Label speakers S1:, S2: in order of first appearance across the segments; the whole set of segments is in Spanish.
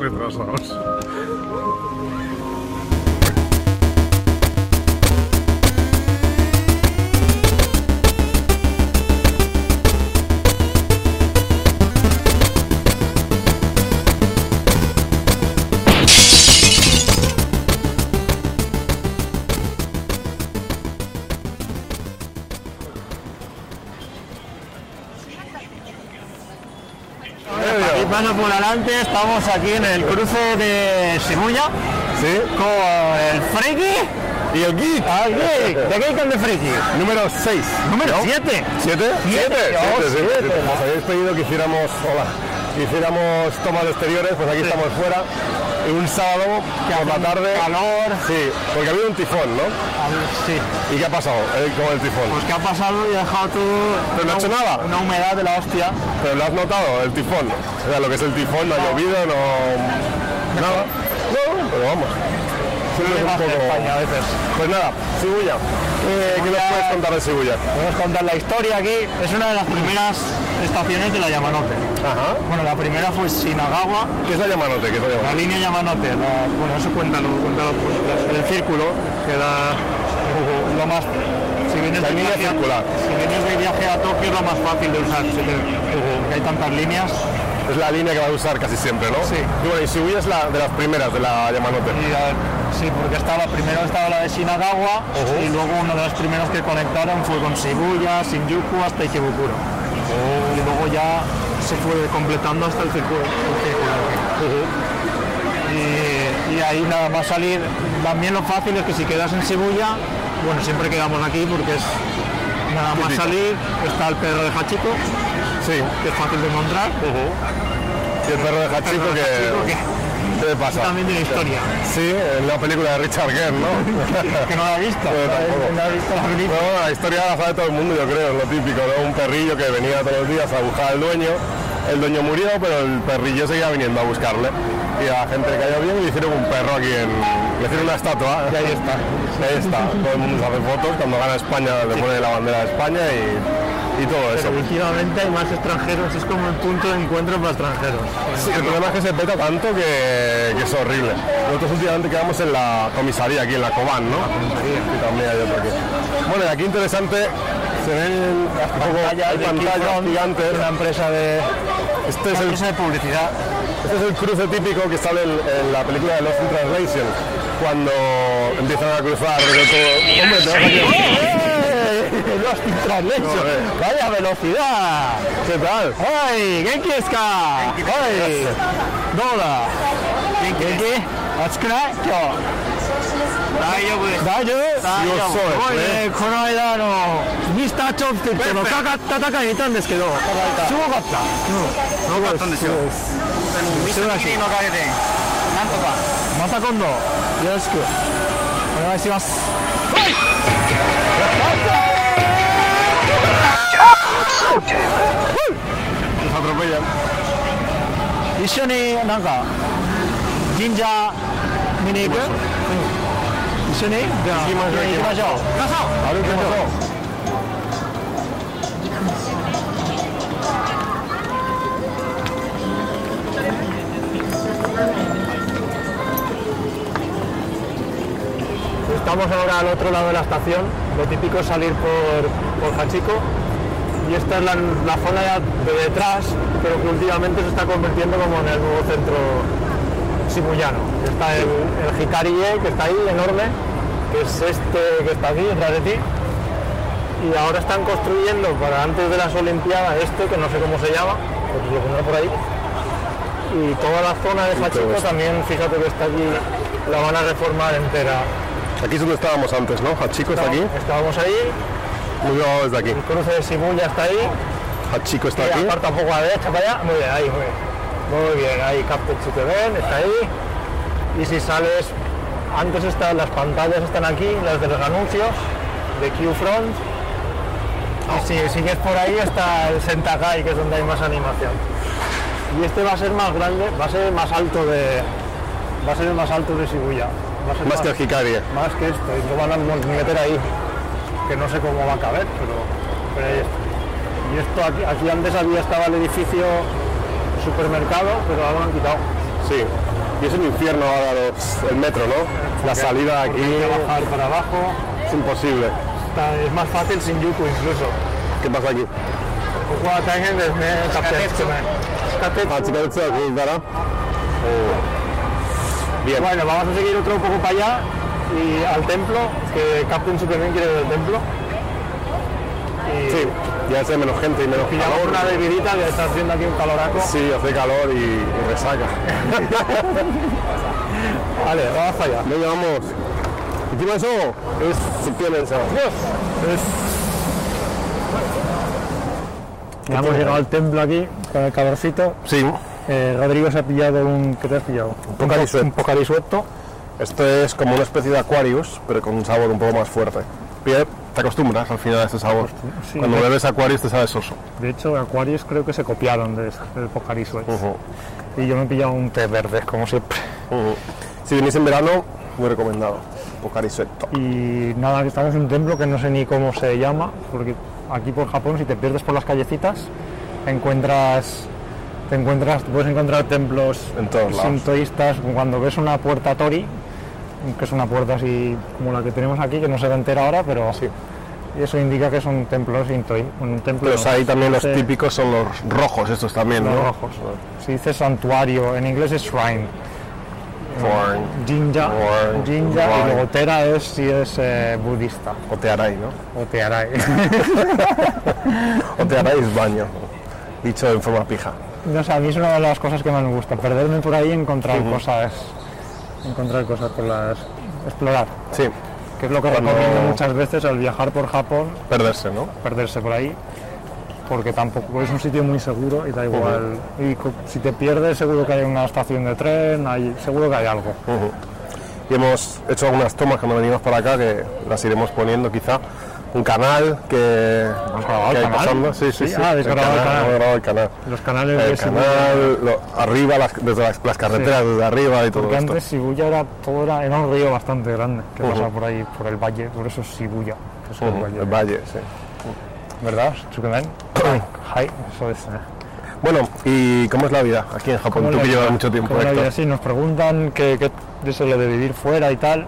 S1: retrasados.
S2: Y paso por adelante, estamos aquí en el cruce de Simuya con el Friki
S3: Y aquí,
S2: Ah, ¿qué? ¿De qué con el Friki?
S3: número 6.
S2: Número 7.
S3: ¿Siete?
S2: Siete, oh, siete.
S3: Nos habéis pedido que hiciéramos, hola, que hiciéramos tomas de exteriores, pues aquí estamos fuera. y Un sábado por la tarde.
S2: Calor.
S3: Sí, porque ha habido un tifón, ¿no?
S2: Sí.
S3: ¿Y qué ha pasado eh, con el tifón?
S2: Pues que ha pasado y ha dejado todo.
S3: Pero no ha hecho nada.
S2: Una humedad de la hostia.
S3: ¿Pero lo has notado, el tifón? O sea, lo que es el tifón, no ha llovido, no... Nada. No, pero vamos. Siempre es un
S2: Hace España a
S3: poco...
S2: veces.
S3: Pues nada, Sibuya. Eh, ¿Qué nos
S2: Sibuya-
S3: puedes contar de Sibuya?
S2: Podemos contar la historia aquí. Es una de las primeras estaciones de la Yamanote.
S3: Ajá.
S2: Bueno, la primera fue Shinagawa,
S3: ¿Qué es la Yamanote? ¿Qué es la
S2: la
S3: Yamanote?
S2: línea Yamanote. la- bueno, eso cuéntalo, cuéntalo. pues, El círculo que da lo más... Si vienes
S3: La
S2: de
S3: línea
S2: viaje a-
S3: circular.
S2: Si vienes de viaje a Tokio es lo más fácil de usar. si te- porque hay tantas líneas.
S3: Es la línea que vas a usar casi siempre, ¿no?
S2: Sí.
S3: Y bueno, y Shibuya es la de las primeras de la Yamanote.
S2: Y, eh, sí, porque estaba primero estaba la de Shinagawa
S3: Ujú.
S2: y luego uno de los primeros que conectaron fue con Shibuya, Shinjuku hasta Ikebukuro. Y luego ya se fue completando hasta el circuito. y, y ahí nada más salir, también lo fácil es que si quedas en Shibuya, bueno, siempre quedamos aquí porque es nada más
S3: Típico.
S2: salir, está el perro de Hachiko,
S3: Sí.
S2: que es fácil de encontrar.
S3: Y el perro de Hachiko
S2: Perro de Hachiko,
S3: que... ¿Qué le pasa?
S2: También tiene historia,
S3: Sí, en la película de Richard Gere, ¿no?
S2: que no la he visto.
S3: Yo tampoco.
S2: No la he visto la película.
S3: No, la historia la sabe todo el mundo, yo creo, es lo típico, ¿no? Un perrillo que venía todos los días a buscar al dueño. El dueño murió, pero el perrillo seguía viniendo a buscarle. Y a la gente le cayó bien y le hicieron un perro aquí en... Le hicieron una estatua. Y ahí está. ahí está. Todo el mundo se hace fotos. Cuando gana España le pone la bandera de España y, y todo eso.
S2: Pero últimamente hay más extranjeros, es como un punto de encuentro para extranjeros.
S3: Sí, el problema es que se peta tanto que, que es horrible. Nosotros últimamente quedamos en la comisaría, aquí en la Cobán, ¿no? Sí, también hay otro aquí. Bueno, y aquí interesante, se ven las pantallas, hay
S2: de
S3: pantallas
S2: Keyfront,
S3: gigantes.
S2: una empresa de,
S3: Este es, el,
S2: de publicidad.
S3: este es el cruce típico que sale en, en la película de Lost in Translation, cuando empiezan a cruzar de todo. Hombre, te vas aquí.
S2: Eh, Los Translation.
S3: Joder.
S2: Vaya velocidad.
S3: ¿Qué tal?
S2: ¡Ay! ¡Genki es ka! ¡Ay! ¡Doda! ¡Genki! ¡Atsukunai! ¡Kyo! ¡Daijoubu! ¡Daijoubu!
S3: Yo soy,
S2: すごいね、この間あのミスターチョップってのかかった高いにいたんですけどすごかった、うん、すごかったんですよのおかげでなんとかまた今度よろしくお願いします
S3: Nos atropellan.
S2: 一緒になんか神社見に行く、うん一緒にじゃあ
S3: 行きましょう
S2: 行きましょう
S3: あれ行きましょう
S2: Estamos ahora al otro lado de la estación. Lo típico es salir por, por Hachiko. Y esta es la, la zona ya de detrás, pero que últimamente se está convirtiendo como en el nuevo centro simuyano. Está el, el Hikariye, que está ahí, enorme, que es este que está aquí, detrás de ti. Y ahora están construyendo para antes de las Olimpiadas este, que no sé cómo se llama, porque lo pondré por ahí. Y toda la zona de
S3: todo
S2: Hachiko
S3: esto.
S2: también, fíjate que está aquí, la van a reformar entera.
S3: Aquí es donde estábamos antes, ¿no? Hachiko está aquí.
S2: Estábamos ahí,
S3: Muy bien, desde aquí.
S2: el cruce de Sibuya está ahí,
S3: Hachiko está
S2: y
S3: aquí.
S2: aparta un poco a la derecha para allá, muy bien, ahí, muy bien. Muy bien, ahí Captain Chiteven está ahí. Y si sales, antes están las pantallas están aquí, las de los anuncios, de Q-Front. Y si sigues por ahí está el Sentakai, que es donde hay más animación. Y este va a ser más grande, va a ser el más alto de. Va a ser el más alto de Shibuya. Va a ser
S3: Más que eh. el Hikari.
S2: más que esto, y lo van a meter ahí, que no sé cómo va a caber, pero, pero ahí está. Y esto aquí, aquí antes había estaba el edificio supermercado, pero ahora lo han quitado.
S3: Sí, Y es un infierno ahora los- el metro, ¿no? La salida aquí
S2: Bajar para abajo.
S3: es imposible.
S2: Está- es más fácil sin Yuku incluso.
S3: ¿Qué pasa aquí?
S2: Ojo, ataque desde Catetsu.
S3: Ah,
S2: Catetsu.
S3: chica, esto aquí, ¿verdad? Bien.
S2: Bueno, vamos a seguir otro poco para allá y al templo, que Captain Superman quiere ver el templo. Y
S3: Sí, ya hace menos gente y menos
S2: pillamos
S3: calor.
S2: una bebidita que está haciendo aquí un caloraco.
S3: Sí, hace calor y, y resaca.
S2: Vale, vamos para allá.
S3: No llevamos. Encima eso es septiembre en Sebastián.
S2: Ya hemos llegado al templo aquí con el calorcito.
S3: Sí.
S2: Eh, Rodrigo se ha pillado un. ¿Qué te has pillado?
S3: Un
S2: Un,
S3: Pocari
S2: un Pocari Suelto.
S3: Esto es como una especie de Aquarius, pero con un sabor un poco más fuerte. Bien, te acostumbras al final a este sabor.
S2: Sí.
S3: Cuando bebes Aquarius te sabe soso.
S2: De hecho, Aquarius creo que se copiaron de- del Pocari Suelto. Y yo me he pillado un té verde, como siempre.
S3: Ujú. Si venís en verano, muy recomendado. Pocari Suelto.
S2: Y nada, que estamos en un templo que no sé ni cómo se llama, porque aquí por Japón, si te pierdes por las callecitas, encuentras. Te encuentras, puedes encontrar templos
S3: En todos lados.
S2: sintoístas. Cuando ves una puerta Tori, que es una puerta así como la que tenemos aquí, que no se ve entera ahora, pero
S3: Sí.
S2: eso indica que son templos sintoi. Un templo
S3: Los ahí también los
S2: Sí.
S3: típicos son los rojos, estos también,
S2: los
S3: ¿no?
S2: rojos. Se dice santuario, en inglés es shrine.
S3: Por-
S2: Jinja,
S3: Guay,
S2: jinja y
S3: guay.
S2: luego tera es si es eh, budista
S3: O te haráis, ¿no?
S2: o tearai.
S3: O te haráis baño. Dicho en forma pija.
S2: No sé, a mí es una de las cosas que más me gusta, perderme por ahí y encontrar cosas, encontrar cosas por las... explorar,
S3: Sí,
S2: que es lo que
S3: Cuando-
S2: recomiendo muchas veces al viajar por Japón,
S3: perderse, ¿no?
S2: perderse por ahí, porque tampoco es un sitio muy seguro y da igual. Y co- si te pierdes seguro que hay una estación de tren, hay, seguro que hay algo.
S3: Y hemos hecho algunas tomas cuando venimos para acá que las iremos poniendo quizá. Un canal que,
S2: grabado
S3: que
S2: el
S3: hay
S2: canal?
S3: pasando. Sí, sí,
S2: Sí,
S3: sí.
S2: ah, habéis grabado el canal.
S3: hemos grabado el canal.
S2: Los canales de
S3: El
S2: Shibuya,
S3: canal, lo- arriba, las- desde las, las carreteras, desde arriba y todo
S2: porque
S3: esto.
S2: antes Shibuya era, todo era, era un río bastante grande que pasaba por ahí, por el valle, por eso es Shibuya, que es el
S3: Ujú,
S2: valle.
S3: El valle, sí.
S2: ¿Verdad? Tsukumen? Hi, eso es. eh.
S3: Bueno, ¿y cómo es la vida aquí en Japón?
S2: ¿Cómo
S3: Tú
S2: la
S3: que llevas
S2: vida?
S3: mucho tiempo,
S2: ¿Cómo la
S3: Héctor.
S2: vida? Sí, nos preguntan qué qué es lo de vivir fuera y tal.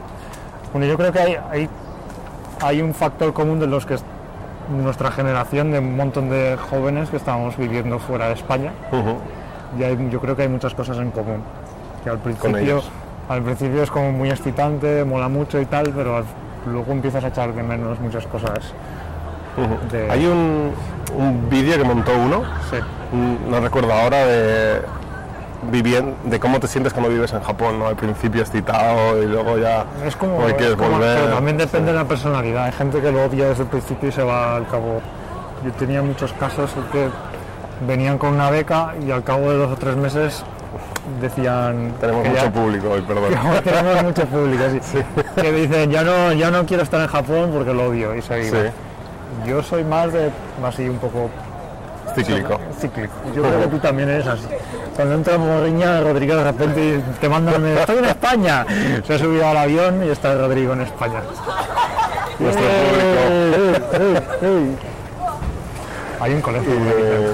S2: Bueno, yo creo que hay, hay, hay un factor común de los que es nuestra generación, de un montón de jóvenes que estábamos viviendo fuera de España.
S3: Ujú.
S2: Y hay- yo creo que hay muchas cosas en común. Que al principio,
S3: ellos.
S2: al principio es como muy excitante, mola mucho y tal, pero al- luego empiezas a echar de menos muchas cosas. de-
S3: Hay un, un vídeo que montó uno,
S2: sí.
S3: mm, no recuerdo ahora, de, vivien- de cómo te sientes cuando vives en Japón, ¿no? Al principio excitado y luego ya
S2: Es como,
S3: no quieres
S2: es como- pero
S3: volver.
S2: también depende de la personalidad. Hay gente que lo odia desde el principio y se va al cabo. Yo tenía muchos casos en que venían con una beca y al cabo de dos o tres meses decían
S3: Tenemos
S2: que
S3: mucho
S2: ya-
S3: público hoy, perdón.
S2: que tenemos mucho público, sí. que dicen ya no, ya no quiero estar en Japón porque lo odio y se
S3: Sí,
S2: iban. Yo soy más de así un poco
S3: es cíclico.
S2: cíclico. Yo creo que tú también eres así. Cuando entra Morriña, Rodrigo de repente te manda un estoy en España. Se ha subido al avión y está Rodrigo en España.
S3: Nuestro público.
S2: Eh, eh, eh. Hay un colegio. por aquí.
S3: eh,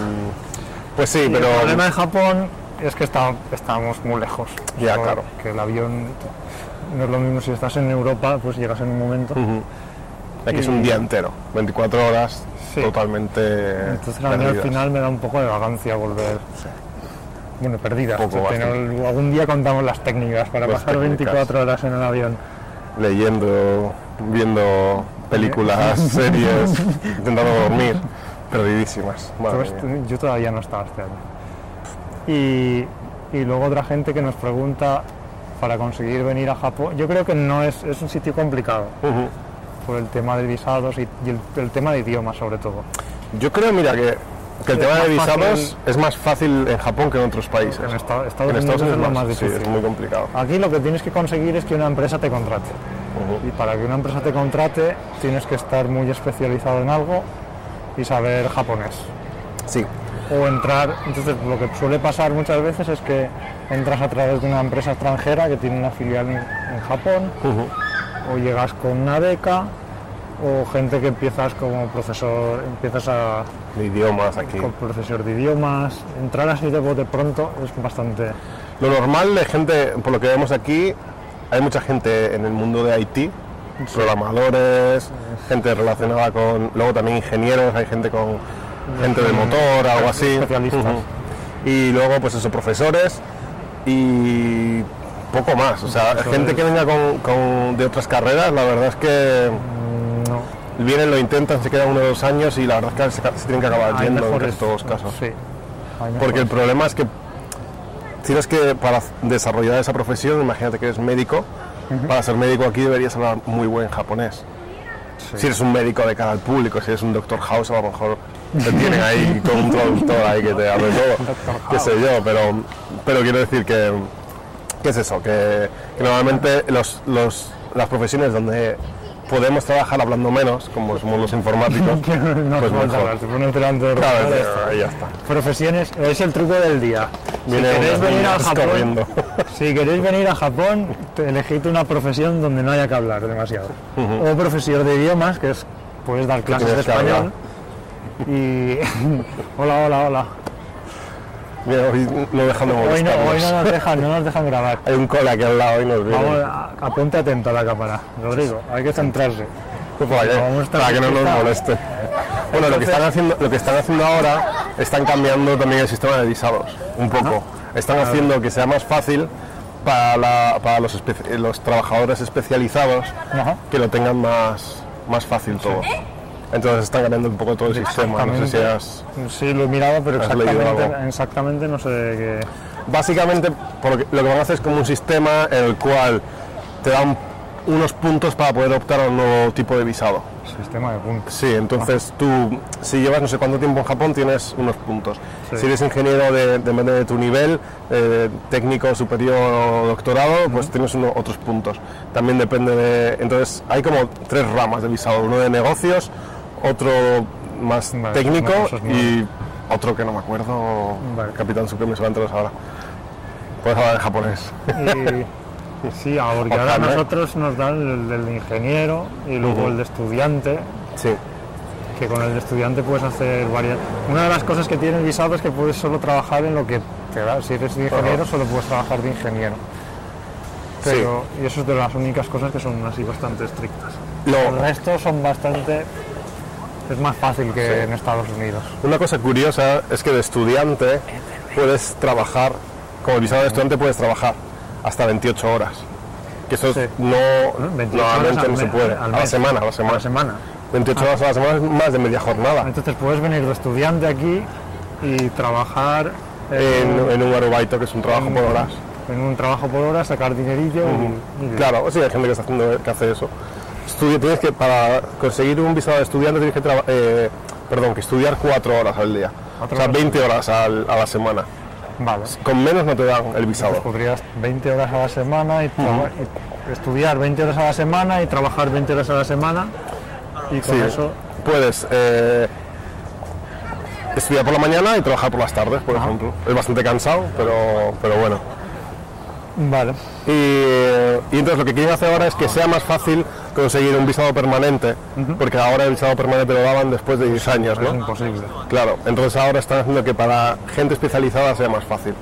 S3: pues sí,
S2: El
S3: pero
S2: problema de Japón es que está, estamos muy lejos.
S3: Ya,
S2: Por-
S3: claro.
S2: Que el avión no es lo mismo si estás en Europa, pues llegas en un momento.
S3: aquí es un día entero, 24 horas,
S2: Sí.
S3: totalmente.
S2: Entonces a mí al
S3: perdidas.
S2: final me da un poco de vagancia volver. Bueno, perdida.
S3: Poco
S2: algún día contamos las técnicas para
S3: Las
S2: pasar
S3: técnicas.
S2: 24 horas en el avión.
S3: leyendo, viendo películas, series, intentando dormir, perdidísimas. madre
S2: Pues,
S3: mía.
S2: yo todavía no estaba este año. Y, y luego otra gente que nos pregunta para conseguir venir a Japón. Yo creo que no es, es un sitio complicado
S3: Ujú.
S2: por el tema de visados y, y el, el tema de idioma sobre todo.
S3: Yo creo, mira, que, que el
S2: Es
S3: tema de
S2: más
S3: visados
S2: fácil-
S3: es más fácil en Japón que en otros países.
S2: En Estados, Estados
S3: En Estados Unidos
S2: Unidos es lo
S3: es
S2: más
S3: sí,
S2: difícil. Ah.
S3: es muy complicado.
S2: Aquí lo que tienes que conseguir es que una empresa te contrate. Y para que una empresa te contrate tienes que estar muy especializado en algo y saber japonés.
S3: Sí,
S2: o entrar. Entonces, lo que suele pasar muchas veces es que entras a través de una empresa extranjera que tiene una filial en, en Japón, o llegas con una beca, o gente que empiezas como profesor, empiezas a,
S3: de idiomas aquí.
S2: con profesor de idiomas. Entrar así de bote pronto es bastante.
S3: Lo normal de gente, por lo que vemos aquí, hay mucha gente en el mundo de Haití, programadores, gente relacionada con, luego también ingenieros, hay gente con gente de motor, algo así.
S2: Especialistas.
S3: Ujú. Y luego, pues eso, profesores y poco más. O sea,
S2: Profesores.
S3: gente que venga con, con- de otras carreras, la verdad es que
S2: Mm, No.
S3: vienen, lo intentan, se quedan uno o dos años y la verdad es que se, se tienen que acabar
S2: Hay
S3: yendo en
S2: mejores-
S3: estos casos.
S2: Sí. Hay
S3: Porque el
S2: mejores.
S3: problema es que tienes que, para desarrollar esa profesión, imagínate que eres médico, para ser médico aquí deberías hablar muy buen japonés. Si eres un médico de cara al público, si eres un doctor house, a lo mejor te tienen ahí con un traductor ahí que te hable todo, qué sé yo, pero, pero quiero decir que, que es eso, que, que normalmente los, los- las profesiones donde podemos trabajar hablando menos, como somos los informáticos,
S2: no
S3: pues
S2: pues
S3: mejor.
S2: te pones delante de los
S3: Claro,
S2: ordenadores.
S3: ahí ya está.
S2: Profesiones, es el truco del día.
S3: Viene
S2: si queréis
S3: unas
S2: venir a
S3: niñas corriendo.
S2: Japón, si queréis venir a Japón, te- elegid una profesión donde no haya que hablar demasiado. O profesor de idiomas, que es puedes dar clases de
S3: tienes que
S2: español. Y hola, hola, hola.
S3: Mira, hoy no dejan de
S2: Hoy no,
S3: molestarnos.
S2: hoy no nos dejan, no nos dejan grabar.
S3: Hay un cola aquí al lado y nos viene.
S2: Vamos, a- apunte atento a la cámara, Rodrigo. Hay que centrarse.
S3: Pues para, que-
S2: vamos a estar
S3: para que no nos
S2: despista.
S3: moleste. Bueno, lo que, están haciendo, lo que están haciendo ahora, están cambiando también el sistema de visados, un poco. Están haciendo que sea más fácil para, la- para los, espe- eh, los trabajadores especializados
S2: Ajá.
S3: que lo tengan más, más fácil todo. Entonces están cambiando un poco todo el sistema. No sé si
S2: Exactamente.
S3: has-
S2: Sí, lo he mirado, pero
S3: ¿Has leído
S2: exactamente,
S3: algo?
S2: exactamente no sé de qué.
S3: Básicamente, por lo, que, lo que van a hacer es como un sistema en el cual te dan unos puntos para poder optar a un nuevo tipo de visado.
S2: Sistema de puntos.
S3: Sí, entonces tú, si llevas no sé cuánto tiempo en Japón, tienes unos puntos.
S2: Sí.
S3: Si eres ingeniero, de, depende de tu nivel, eh, técnico, superior o doctorado, pues tienes uno- otros puntos. También depende de... Entonces hay como tres ramas de visado, uno de negocios, otro más
S2: Vale,
S3: técnico
S2: no, eso es nuevo.
S3: y otro que no me acuerdo,
S2: Vale.
S3: Capitán Supremo, se va a enterar ahora. Puedes hablar en japonés.
S2: Y, sí, ah, porque ahora
S3: Ojalá.
S2: nosotros nos dan el del ingeniero y luego el de estudiante,
S3: Sí.
S2: que con el de estudiante puedes hacer varias... Una de las cosas que tiene el visado es que puedes solo trabajar en lo que te da. Si eres de ingeniero, solo puedes trabajar de ingeniero.
S3: Sí.
S2: Pero, Y eso es de las únicas cosas que son así bastante estrictas.
S3: Lo-
S2: El resto son bastante... Es más fácil que en Estados Unidos.
S3: Una cosa curiosa es que de estudiante puedes trabajar, como visado de estudiante puedes trabajar hasta 28 horas. Que eso
S2: Sí.
S3: no,
S2: 28 horas
S3: normalmente
S2: al
S3: no se
S2: me-
S3: puede.
S2: al
S3: A la
S2: mes.
S3: semana, a la
S2: A
S3: semana.
S2: la semana.
S3: 28 horas a la semana es más de media jornada
S2: Entonces puedes venir de estudiante aquí y trabajar eh, Ah.
S3: en, en un arubaito, que es un trabajo Eh, por horas.
S2: en un trabajo por hora, sacar dinerillo y- y,
S3: Claro, sí, hay gente que, está haciendo, que hace eso. Estudia- tienes que, para conseguir un visado de estudiante tienes que, traba- eh, perdón, que estudiar 4 horas al día. O
S2: Cuatro
S3: sea,
S2: horas.
S3: 20 horas al- a la semana.
S2: Vale.
S3: Con menos no te dan el visado.
S2: Pues Podrías 20 horas a la semana y, traba- y estudiar 20 horas a la semana y trabajar 20 horas a la semana y con
S3: Sí,
S2: eso
S3: puedes eh, estudiar por la mañana y trabajar por las tardes, por ejemplo. Es bastante cansado, pero, pero bueno.
S2: vale
S3: Y, eh, y entonces lo que quieren hacer ahora es que sea más fácil conseguir un visado permanente, porque ahora el visado permanente lo daban después de 10 años,
S2: es
S3: ¿no?
S2: imposible
S3: Claro, entonces ahora están haciendo que para gente especializada sea más fácil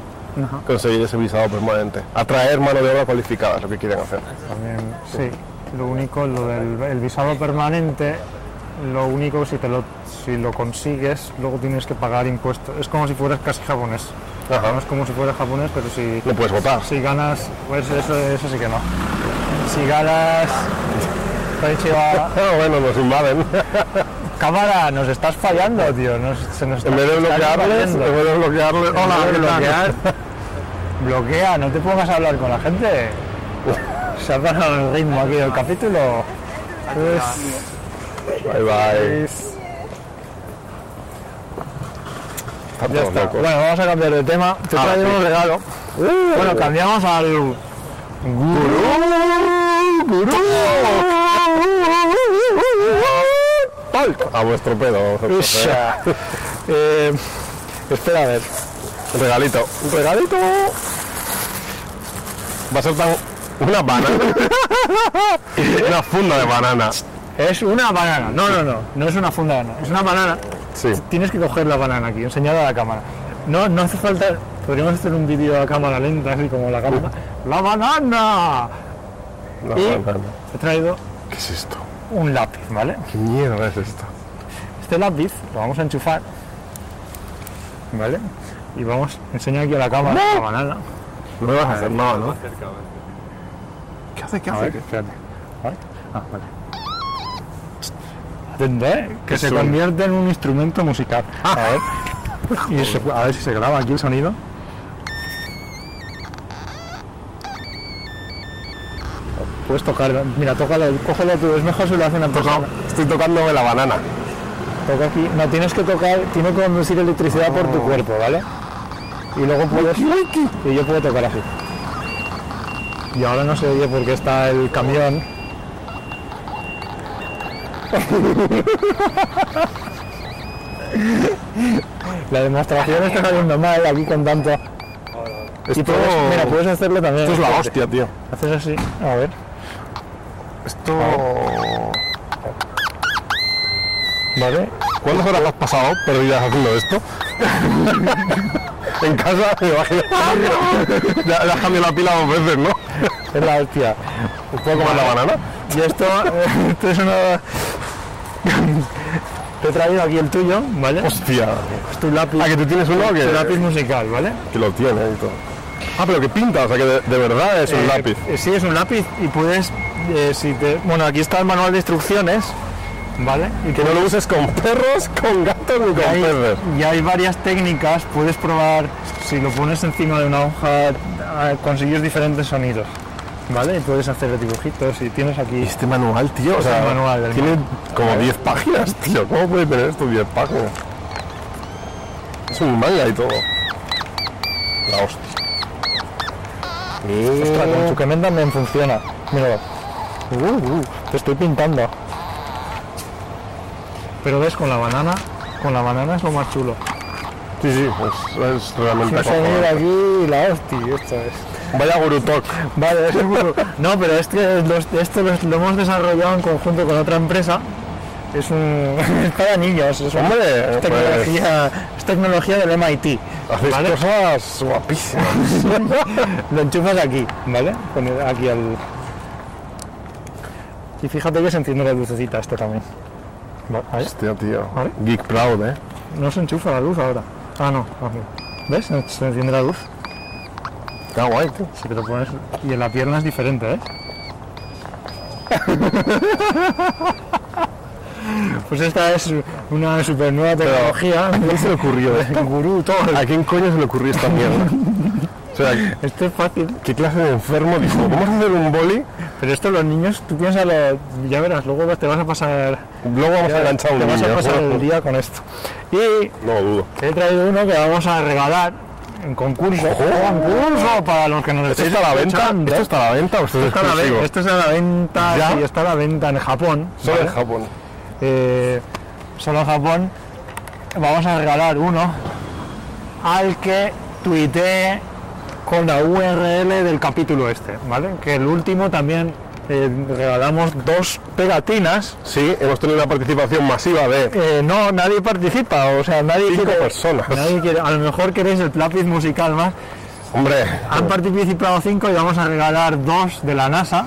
S3: conseguir ese visado permanente. Atraer mano de obra cualificada es lo que quieren hacer.
S2: también sí lo único lo del el visado permanente lo único si te lo si lo consigues luego tienes que pagar impuestos es como si fueras casi japonés
S3: Ajá.
S2: no es como si fueras japonés pero si
S3: No puedes votar.
S2: Si ganas, pues eso, eso sí que no. Si ganas, pues, Konnichiwa.
S3: Ah, bueno, nos invaden.
S2: cámara, nos estás fallando, tío. Nos, se nos está,
S3: En vez de
S2: se está
S3: bloquearles, en
S2: invadiendo.
S3: vez de bloquearles,
S2: En
S3: hola,
S2: vez de
S3: ¿qué tal?
S2: bloquear, bloquea, no te pongas a hablar con la gente. Se ha parado el ritmo aquí del capítulo. Es-
S3: Bye bye.
S2: Pues, es-
S3: Están
S2: ya
S3: todos
S2: está.
S3: locos.
S2: Bueno, vamos a cambiar de tema. Te
S3: Ah,
S2: traigo
S3: sí.
S2: un regalo. Bueno, cambiamos al
S3: Gurú, gurú. Talk. A vuestro pedo. a vuestro pedo.
S2: Usha. Pues, Eh, espera a ver.
S3: Regalito.
S2: Regalito.
S3: Va a ser tan. Una banana. una funda de banana.
S2: Es una banana. No, no, no. No es una funda de banana. Es una banana.
S3: Sí.
S2: Tienes que coger la banana aquí, enseñada a la cámara. No, no hace falta. Podríamos hacer un vídeo a cámara lenta, así como la cámara. ¡La banana!
S3: La
S2: Y-
S3: banana.
S2: He traído
S3: ¿Qué es esto?
S2: un lápiz, ¿vale?
S3: ¿Qué mierda es esto?
S2: Este lápiz lo vamos a enchufar, ¿vale? Y vamos, enseño aquí a la cámara la banana.
S3: No me vas a hacer nada, ¿no?
S2: ¿Qué hace? ¿Qué hace? espérate. ¿Vale? Ah, vale. Atento, ¿eh? Que se
S3: suena.
S2: convierte en un instrumento musical. A ver. Y se- a ver si se graba aquí el sonido. Puedes tocar, mira, tócalo, cógelo tú, es mejor si lo hacen a
S3: Toca- Estoy tocando la banana.
S2: Toca aquí. No, tienes que tocar, tiene que conducir electricidad por
S3: Oh.
S2: tu cuerpo, ¿vale? Y luego puedes. Y yo puedo tocar así. Y ahora no se oye porque está el camión. La demostración está saliendo mal aquí con tanto. Y
S3: Esto,
S2: puedes- mira, puedes hacerlo también.
S3: Oh. esto es la hostia, tío.
S2: Haces así. A ver.
S3: Esto...
S2: Vale.
S3: ¿Cuántas horas has pasado perdidas haciendo esto? en casa, me imagino. ya, ya has cambiado la pila dos veces, ¿no?
S2: Es la hostia.
S3: ¿Puedo comer la banana?
S2: Y esto, esto es una... Te he traído aquí el tuyo, ¿vale?
S3: Hostia.
S2: Es tu lápiz,
S3: Ah, que tú tienes uno
S2: tu lápiz
S3: que,
S2: musical, ¿vale?
S3: que lo tiene y todo. Ah, pero que pinta, o sea que de, de verdad es un
S2: Eh,
S3: lápiz.
S2: eh, sí, es un lápiz y puedes... eh, si te... Bueno, aquí está el manual de instrucciones, ¿vale? Y
S3: Que no lo uses con perros, con gatos ni con
S2: hay,
S3: peces.
S2: y hay varias técnicas, puedes probar, si lo pones encima de una hoja, ah, consigues diferentes sonidos, ¿vale? Y puedes hacer dibujitos y tienes aquí...
S3: Este manual, Eh. tío, o
S2: Es
S3: sea,
S2: el manual del
S3: tiene como 10 páginas, tío. ¿Cómo puede tener esto 10 páginas? Es un manga y todo. La hostia.
S2: Ostras, con
S3: Mira.
S2: Chuquemen también funciona. Míralo. Uh, uh, te estoy pintando. Pero ves, con la banana, con la banana es lo más chulo.
S3: Sí, sí, es, es realmente
S2: Un sonido
S3: acojonante.
S2: aquí, la hostia, esto es.
S3: Vaya gurutok.
S2: Vale, es un- No, pero es que los- esto los- lo, hemos desarrollado en conjunto con otra empresa. Es un... es para niños, es una
S3: Hombre, pues,
S2: tecnología, es tecnología del MIT.
S3: hacéis
S2: ¿vale?
S3: cosas guapísimas.
S2: Lo enchufas aquí, ¿vale? Con el- aquí al... Y fíjate que se enciende la lucecita esto también. Va- ahí.
S3: Hostia, tío.
S2: ¿Vale?
S3: Geek Proud, ¿eh?
S2: No se enchufa la luz ahora. Ah, no. aquí. ¿Ves? Se se enciende la luz.
S3: Está guay, tío.
S2: Si te lo pones... Y en la pierna es diferente, ¿eh? pues esta es una super nueva tecnología.
S3: ¿A quién se le ocurrió esto?
S2: Gurú, todo.
S3: ¿A quién coño se le ocurrió esta mierda? O sea,
S2: Esto es fácil.
S3: ¿qué clase de enfermo dijo? Vamos a hacer un boli,
S2: Pero esto los niños, tú piénsalo, ya verás, luego te vas a pasar,
S3: luego vamos a enganchar a un
S2: te vas a
S3: niño.
S2: pasar el día con esto. Y
S3: No dudo.
S2: Te he traído uno que vamos a regalar en concurso. concurso para los que nos
S3: ¿Esto Este está
S2: estéis
S3: a la venta?
S2: escuchando.
S3: ¿Esto está a la venta o esto es
S2: Está a la
S3: exclusivo?
S2: venta, esto está a la venta,
S3: ¿Ya?
S2: sí, está a la venta en Japón.
S3: Solo
S2: ¿vale?
S3: en Japón.
S2: Eh, solo en Japón. Vamos a regalar uno al que tuitee con la URL del capítulo este, ¿vale? Que el último también eh, regalamos dos pegatinas.
S3: Sí, hemos tenido una participación masiva de...
S2: Eh, no, nadie participa, o sea, nadie
S3: Cinco
S2: quiere-
S3: personas.
S2: Nadie Pues quiere, a lo mejor queréis el lápiz musical más.
S3: Hombre,
S2: Han participado cinco y vamos a regalar dos de la NASA,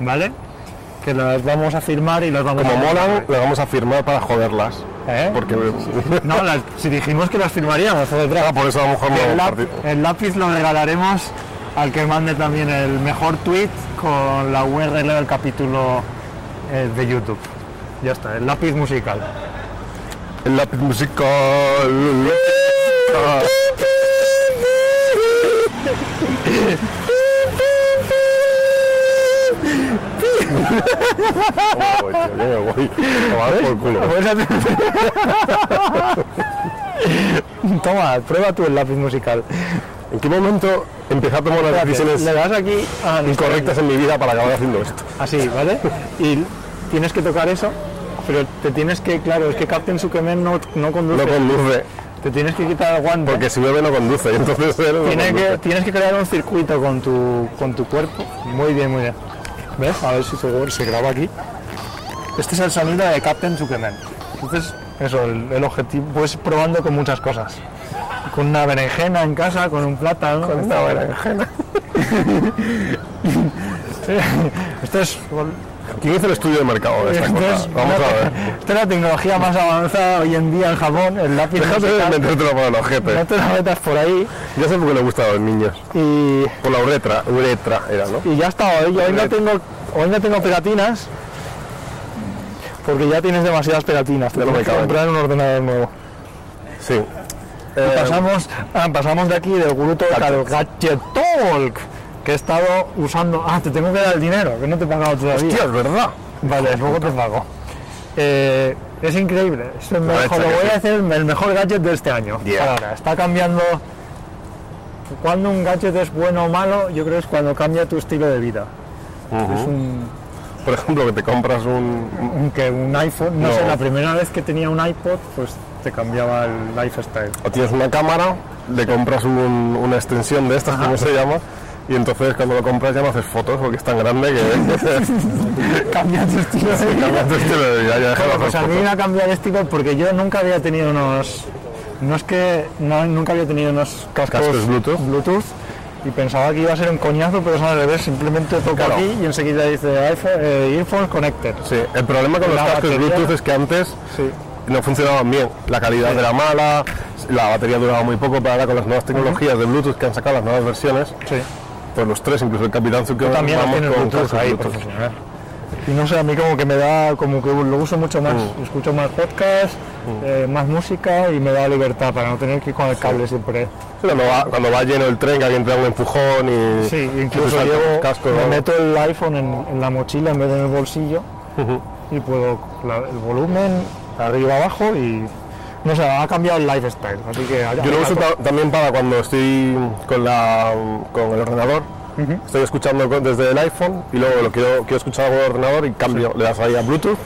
S2: ¿vale? Que las vamos a firmar y las vamos
S3: como
S2: a...
S3: molan, le vamos a firmar para joderlas.
S2: ¿Eh?
S3: Porque...
S2: No, las- si dijimos que las firmaríamos, joder, Drago.
S3: Ah, por eso a lo mejor no
S2: el,
S3: hemos
S2: lap-
S3: participado.
S2: el lápiz lo regalaremos al que mande también el mejor tweet con la URL del capítulo eh, de YouTube. Ya está, el lápiz musical.
S3: El lápiz musical... Ah, me voy, tío, yo me voy. Me va a dar por culo.
S2: Pues hace- Toma, prueba tú el lápiz musical.
S3: ¿En qué momento empecé a tomar las decisiones
S2: Le das aquí a
S3: correctas en mi vida para acabar haciendo esto?
S2: Ah, Así, ¿vale? Y tienes que tocar eso, pero te tienes que, claro, es que Captain Sukemen no, no conduce.
S3: No conduce,
S2: Te tienes que quitar el guante.
S3: porque si bebe no conduce, y entonces él no
S2: Tiene que-
S3: conduce.
S2: tienes que crear un circuito con tu, con tu cuerpo. Muy bien, muy bien. ¿Ves? A ver si se, se graba aquí. Este es el sonido de Captain Sukemen. Entonces, eso, el, el objetivo, pues probando con muchas cosas. con una berenjena en casa, con un plátano.
S3: Con una berenjena.
S2: Sí, Esto es,
S3: ¿Quién hizo el estudio de mercado de esta
S2: esto
S3: cosa?
S2: es
S3: Vamos
S2: la-
S3: a ver.
S2: esta es la tecnología más avanzada hoy en día en Japón, el lápiz.
S3: Déjate de
S2: musical.
S3: metértelo por el ojete.
S2: No te la metas por ahí
S3: Ya sé por qué le gusta a los niños.
S2: y,
S3: Por la uretra, uretra era, ¿no?
S2: y ya está. Hoy, hoy no tengo, hoy no tengo pegatinas porque ya tienes demasiadas pegatinas. Te
S3: Ya no me
S2: tienes que
S3: caben.
S2: comprar un ordenador nuevo.
S3: Sí.
S2: Y
S3: Eh,
S2: pasamos, ah, pasamos de aquí del grupo al
S3: Gadgets.
S2: Gadget Talk que he estado usando. Ah, te tengo que dar el dinero, que no te he pagado todavía.
S3: Tío, es verdad.
S2: Vale, luego te pago. Eh, es increíble. Es el
S3: verdad
S2: mejor,
S3: es
S2: lo
S3: que
S2: voy
S3: sí.
S2: a hacer el mejor gadget de este año.
S3: Yeah.
S2: Ahora, está cambiando. Cuando un gadget es bueno o malo, yo creo que es cuando cambia tu estilo de vida. Es un,
S3: Por ejemplo, que te compras un...
S2: un que un iPhone, no,
S3: No.
S2: sé, la primera vez que tenía un iPod, pues te cambiaba el lifestyle.
S3: O tienes una cámara, le compras un- una extensión de estas, ¿cómo se llama? Y entonces cuando lo compras ya no haces fotos porque es tan grande que...
S2: Cambia tu estilo de vida.
S3: Cambia tu estilo de vida, ya deja de
S2: Bueno,
S3: hacer
S2: pues a mí
S3: fotos.
S2: me ha cambiado el estilo porque yo nunca había tenido unos. No es que. no- nunca había tenido unos cascos,
S3: Cascos Bluetooth.
S2: y pensaba que iba a ser un coñazo, pero es al revés. Simplemente toco
S3: Claro.
S2: aquí y enseguida dice iPhone, eh, Earphones Connected.
S3: Sí, el problema con los
S2: La
S3: cascos
S2: batería-
S3: Bluetooth es que antes
S2: Sí.
S3: no funcionaban bien. La calidad era mala, la batería duraba muy poco, pero ahora con las nuevas tecnologías de Bluetooth que han sacado las nuevas versiones,
S2: Sí.
S3: pues los tres, incluso el Capitán Zuckerberg,
S2: También
S3: vamos
S2: tiene
S3: con
S2: Bluetooth
S3: cascos
S2: ahí,
S3: Bluetooth.
S2: profesional. Y no sé, a mí como que me da, como que lo uso mucho más,
S3: Mm.
S2: escucho más podcast, eh, más música y me da libertad para no tener que ir con el cable siempre.
S3: Sí, Cuando va, cuando va lleno el tren, que alguien te da un empujón y...
S2: Sí,
S3: y te
S2: incluso
S3: salta el
S2: llevo,
S3: pues, casco,
S2: me
S3: ¿no?
S2: meto el iPhone en, en la mochila en vez de en el bolsillo y puedo la- el volumen arriba abajo y no sé, ha cambiado el lifestyle, así que a-
S3: Yo lo uso ta- también para cuando estoy con, la, con el ordenador. Estoy escuchando con- desde el iPhone y luego lo quiero, quiero escuchar algo del ordenador y cambio, le das ahí a Bluetooth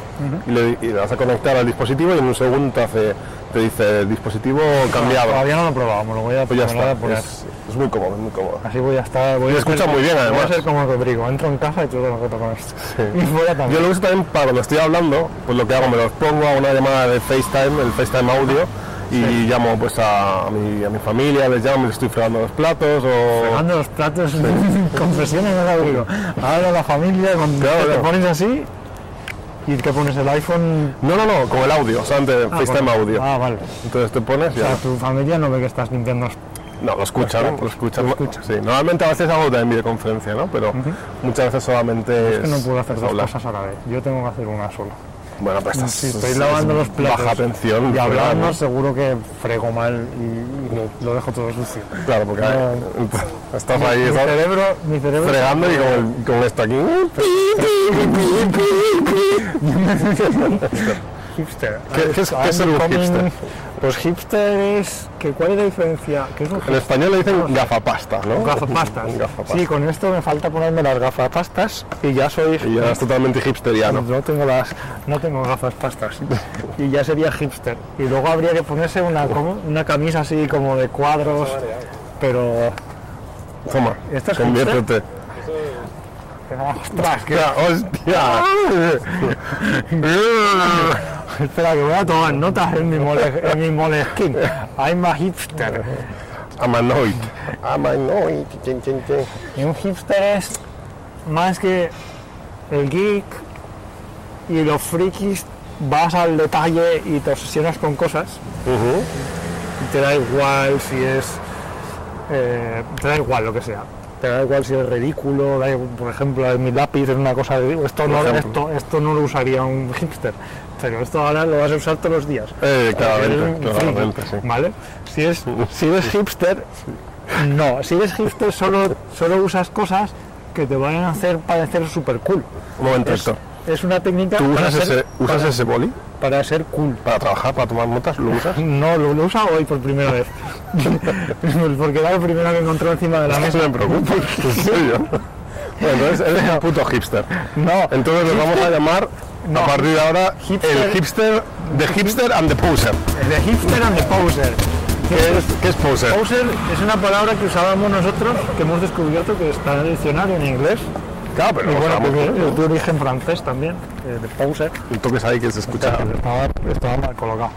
S3: y, le, y le das a conectar al dispositivo y en un segundo te, hace, te dice el dispositivo cambiado.
S2: Ah, Todavía no lo he probado, me lo voy a,
S3: Pues ya
S2: me lo voy a
S3: está.
S2: poner.
S3: Es, es muy cómodo, es muy cómodo.
S2: Así voy a estar. Voy
S3: Y
S2: a
S3: escucha
S2: ser-
S3: muy bien,
S2: Voy
S3: además.
S2: a ser como Rodrigo, entro en casa y todo lo que con esto. Y fuera
S3: Yo
S2: también.
S3: lo uso también para cuando estoy hablando, pues lo que hago, me los pongo a una llamada de FaceTime, el FaceTime audio, y llamo pues a mi, a mi familia, les llamo, les estoy fregando los platos o...
S2: Pegando los platos, confesiones de Rodrigo. Ahora la familia, cuando
S3: Claro,
S2: te
S3: claro.
S2: pones así y que pones el iPhone.
S3: No, no, no, con el audio, o sea, antes de
S2: ah,
S3: FaceTime
S2: bueno.
S3: audio.
S2: Ah, vale.
S3: Entonces te pones y
S2: O
S3: ya.
S2: sea, tu familia no ve que estás limpiando los
S3: No, lo escuchan, lo escuchan. Sí, normalmente a veces hago también videoconferencia, ¿no? Pero muchas veces solamente
S2: que no puedo hacer dos
S3: hablar.
S2: cosas a la vez. Yo tengo que hacer una sola.
S3: Bueno, pues estás,
S2: Si estoy lavando los platos
S3: Baja atención.
S2: y hablando,
S3: hablando
S2: seguro que frego mal y, y lo, lo dejo todo sucio.
S3: Claro, porque estás ahí,
S2: Mi
S3: ¿sabes?
S2: cerebro, mi cerebro
S3: fregando y con, el- con esto aquí. uh,
S2: hipster.
S3: ¿Qué- qué es-
S2: I'm
S3: qué es ser un
S2: becoming-
S3: hipster?
S2: Pues hipster es que cuál es la diferencia, ¿Qué es un
S3: En español le dicen gafapasta, ¿no?
S2: gafapastas.
S3: Gafapasta.
S2: Sí, con esto me falta ponerme las gafapastas y ya soy
S3: Y ya es totalmente hipsteriano.
S2: No tengo las, no tengo gafas pastas y ya sería hipster. Y luego habría que ponerse una, como- una camisa así como de cuadros, pero
S3: Toma,
S2: ¿Esto es
S3: conviértete.
S2: ostras, que,
S3: Ya, ¡Hostia!
S2: espera que voy a tomar notas en mi mole, en mi moleskin. I'm a hipster.
S3: Amanoid. Amanoid. chin, chin, chin.
S2: Y un hipster es más que el geek y los frikis vas al detalle y te obsesionas con cosas.
S3: Ujú.
S2: Y te da igual si es. eh, te da igual lo que sea. Te da igual si es ridículo, da igual- por ejemplo, mi lápiz es una cosa de. Esto no,
S3: ejemplo.
S2: esto, esto no lo usaría un hipster. Pero esto ahora lo vas a usar todos los días.
S3: Eh, claramente,
S2: Eres un friki,
S3: claramente, sí.
S2: ¿Vale? Si, es, si eres hipster, no. Si eres hipster, solo, solo usas cosas que te van a hacer parecer súper cool.
S3: Un momento,
S2: Es,
S3: Héctor.
S2: es una técnica
S3: ¿Tú
S2: para
S3: usas,
S2: ser,
S3: ese, usas ese boli
S2: para ser cool.
S3: para trabajar, para tomar notas? ¿Lo usas?
S2: No, lo, lo he usado hoy por primera vez. Porque era lo primero que encontré encima de la mesa.
S3: Eso me preocupa, en serio. Bueno, entonces eres un puto hipster.
S2: No,
S3: Entonces nos vamos a llamar a partir de ahora
S2: Hipster.
S3: el hipster, the hipster and the poser.
S2: de hipster and the poser.
S3: ¿Qué es, qué es poser?
S2: Poser es una palabra que usábamos nosotros, que hemos descubierto que está en el diccionario en inglés.
S3: Claro, pero
S2: Y
S3: o sea,
S2: bueno, pues, eh,
S3: vamos,
S2: porque es de origen francés también, eh, de poser.
S3: un toque ahí que se escucha.
S2: Estaba, estaba mal colocado.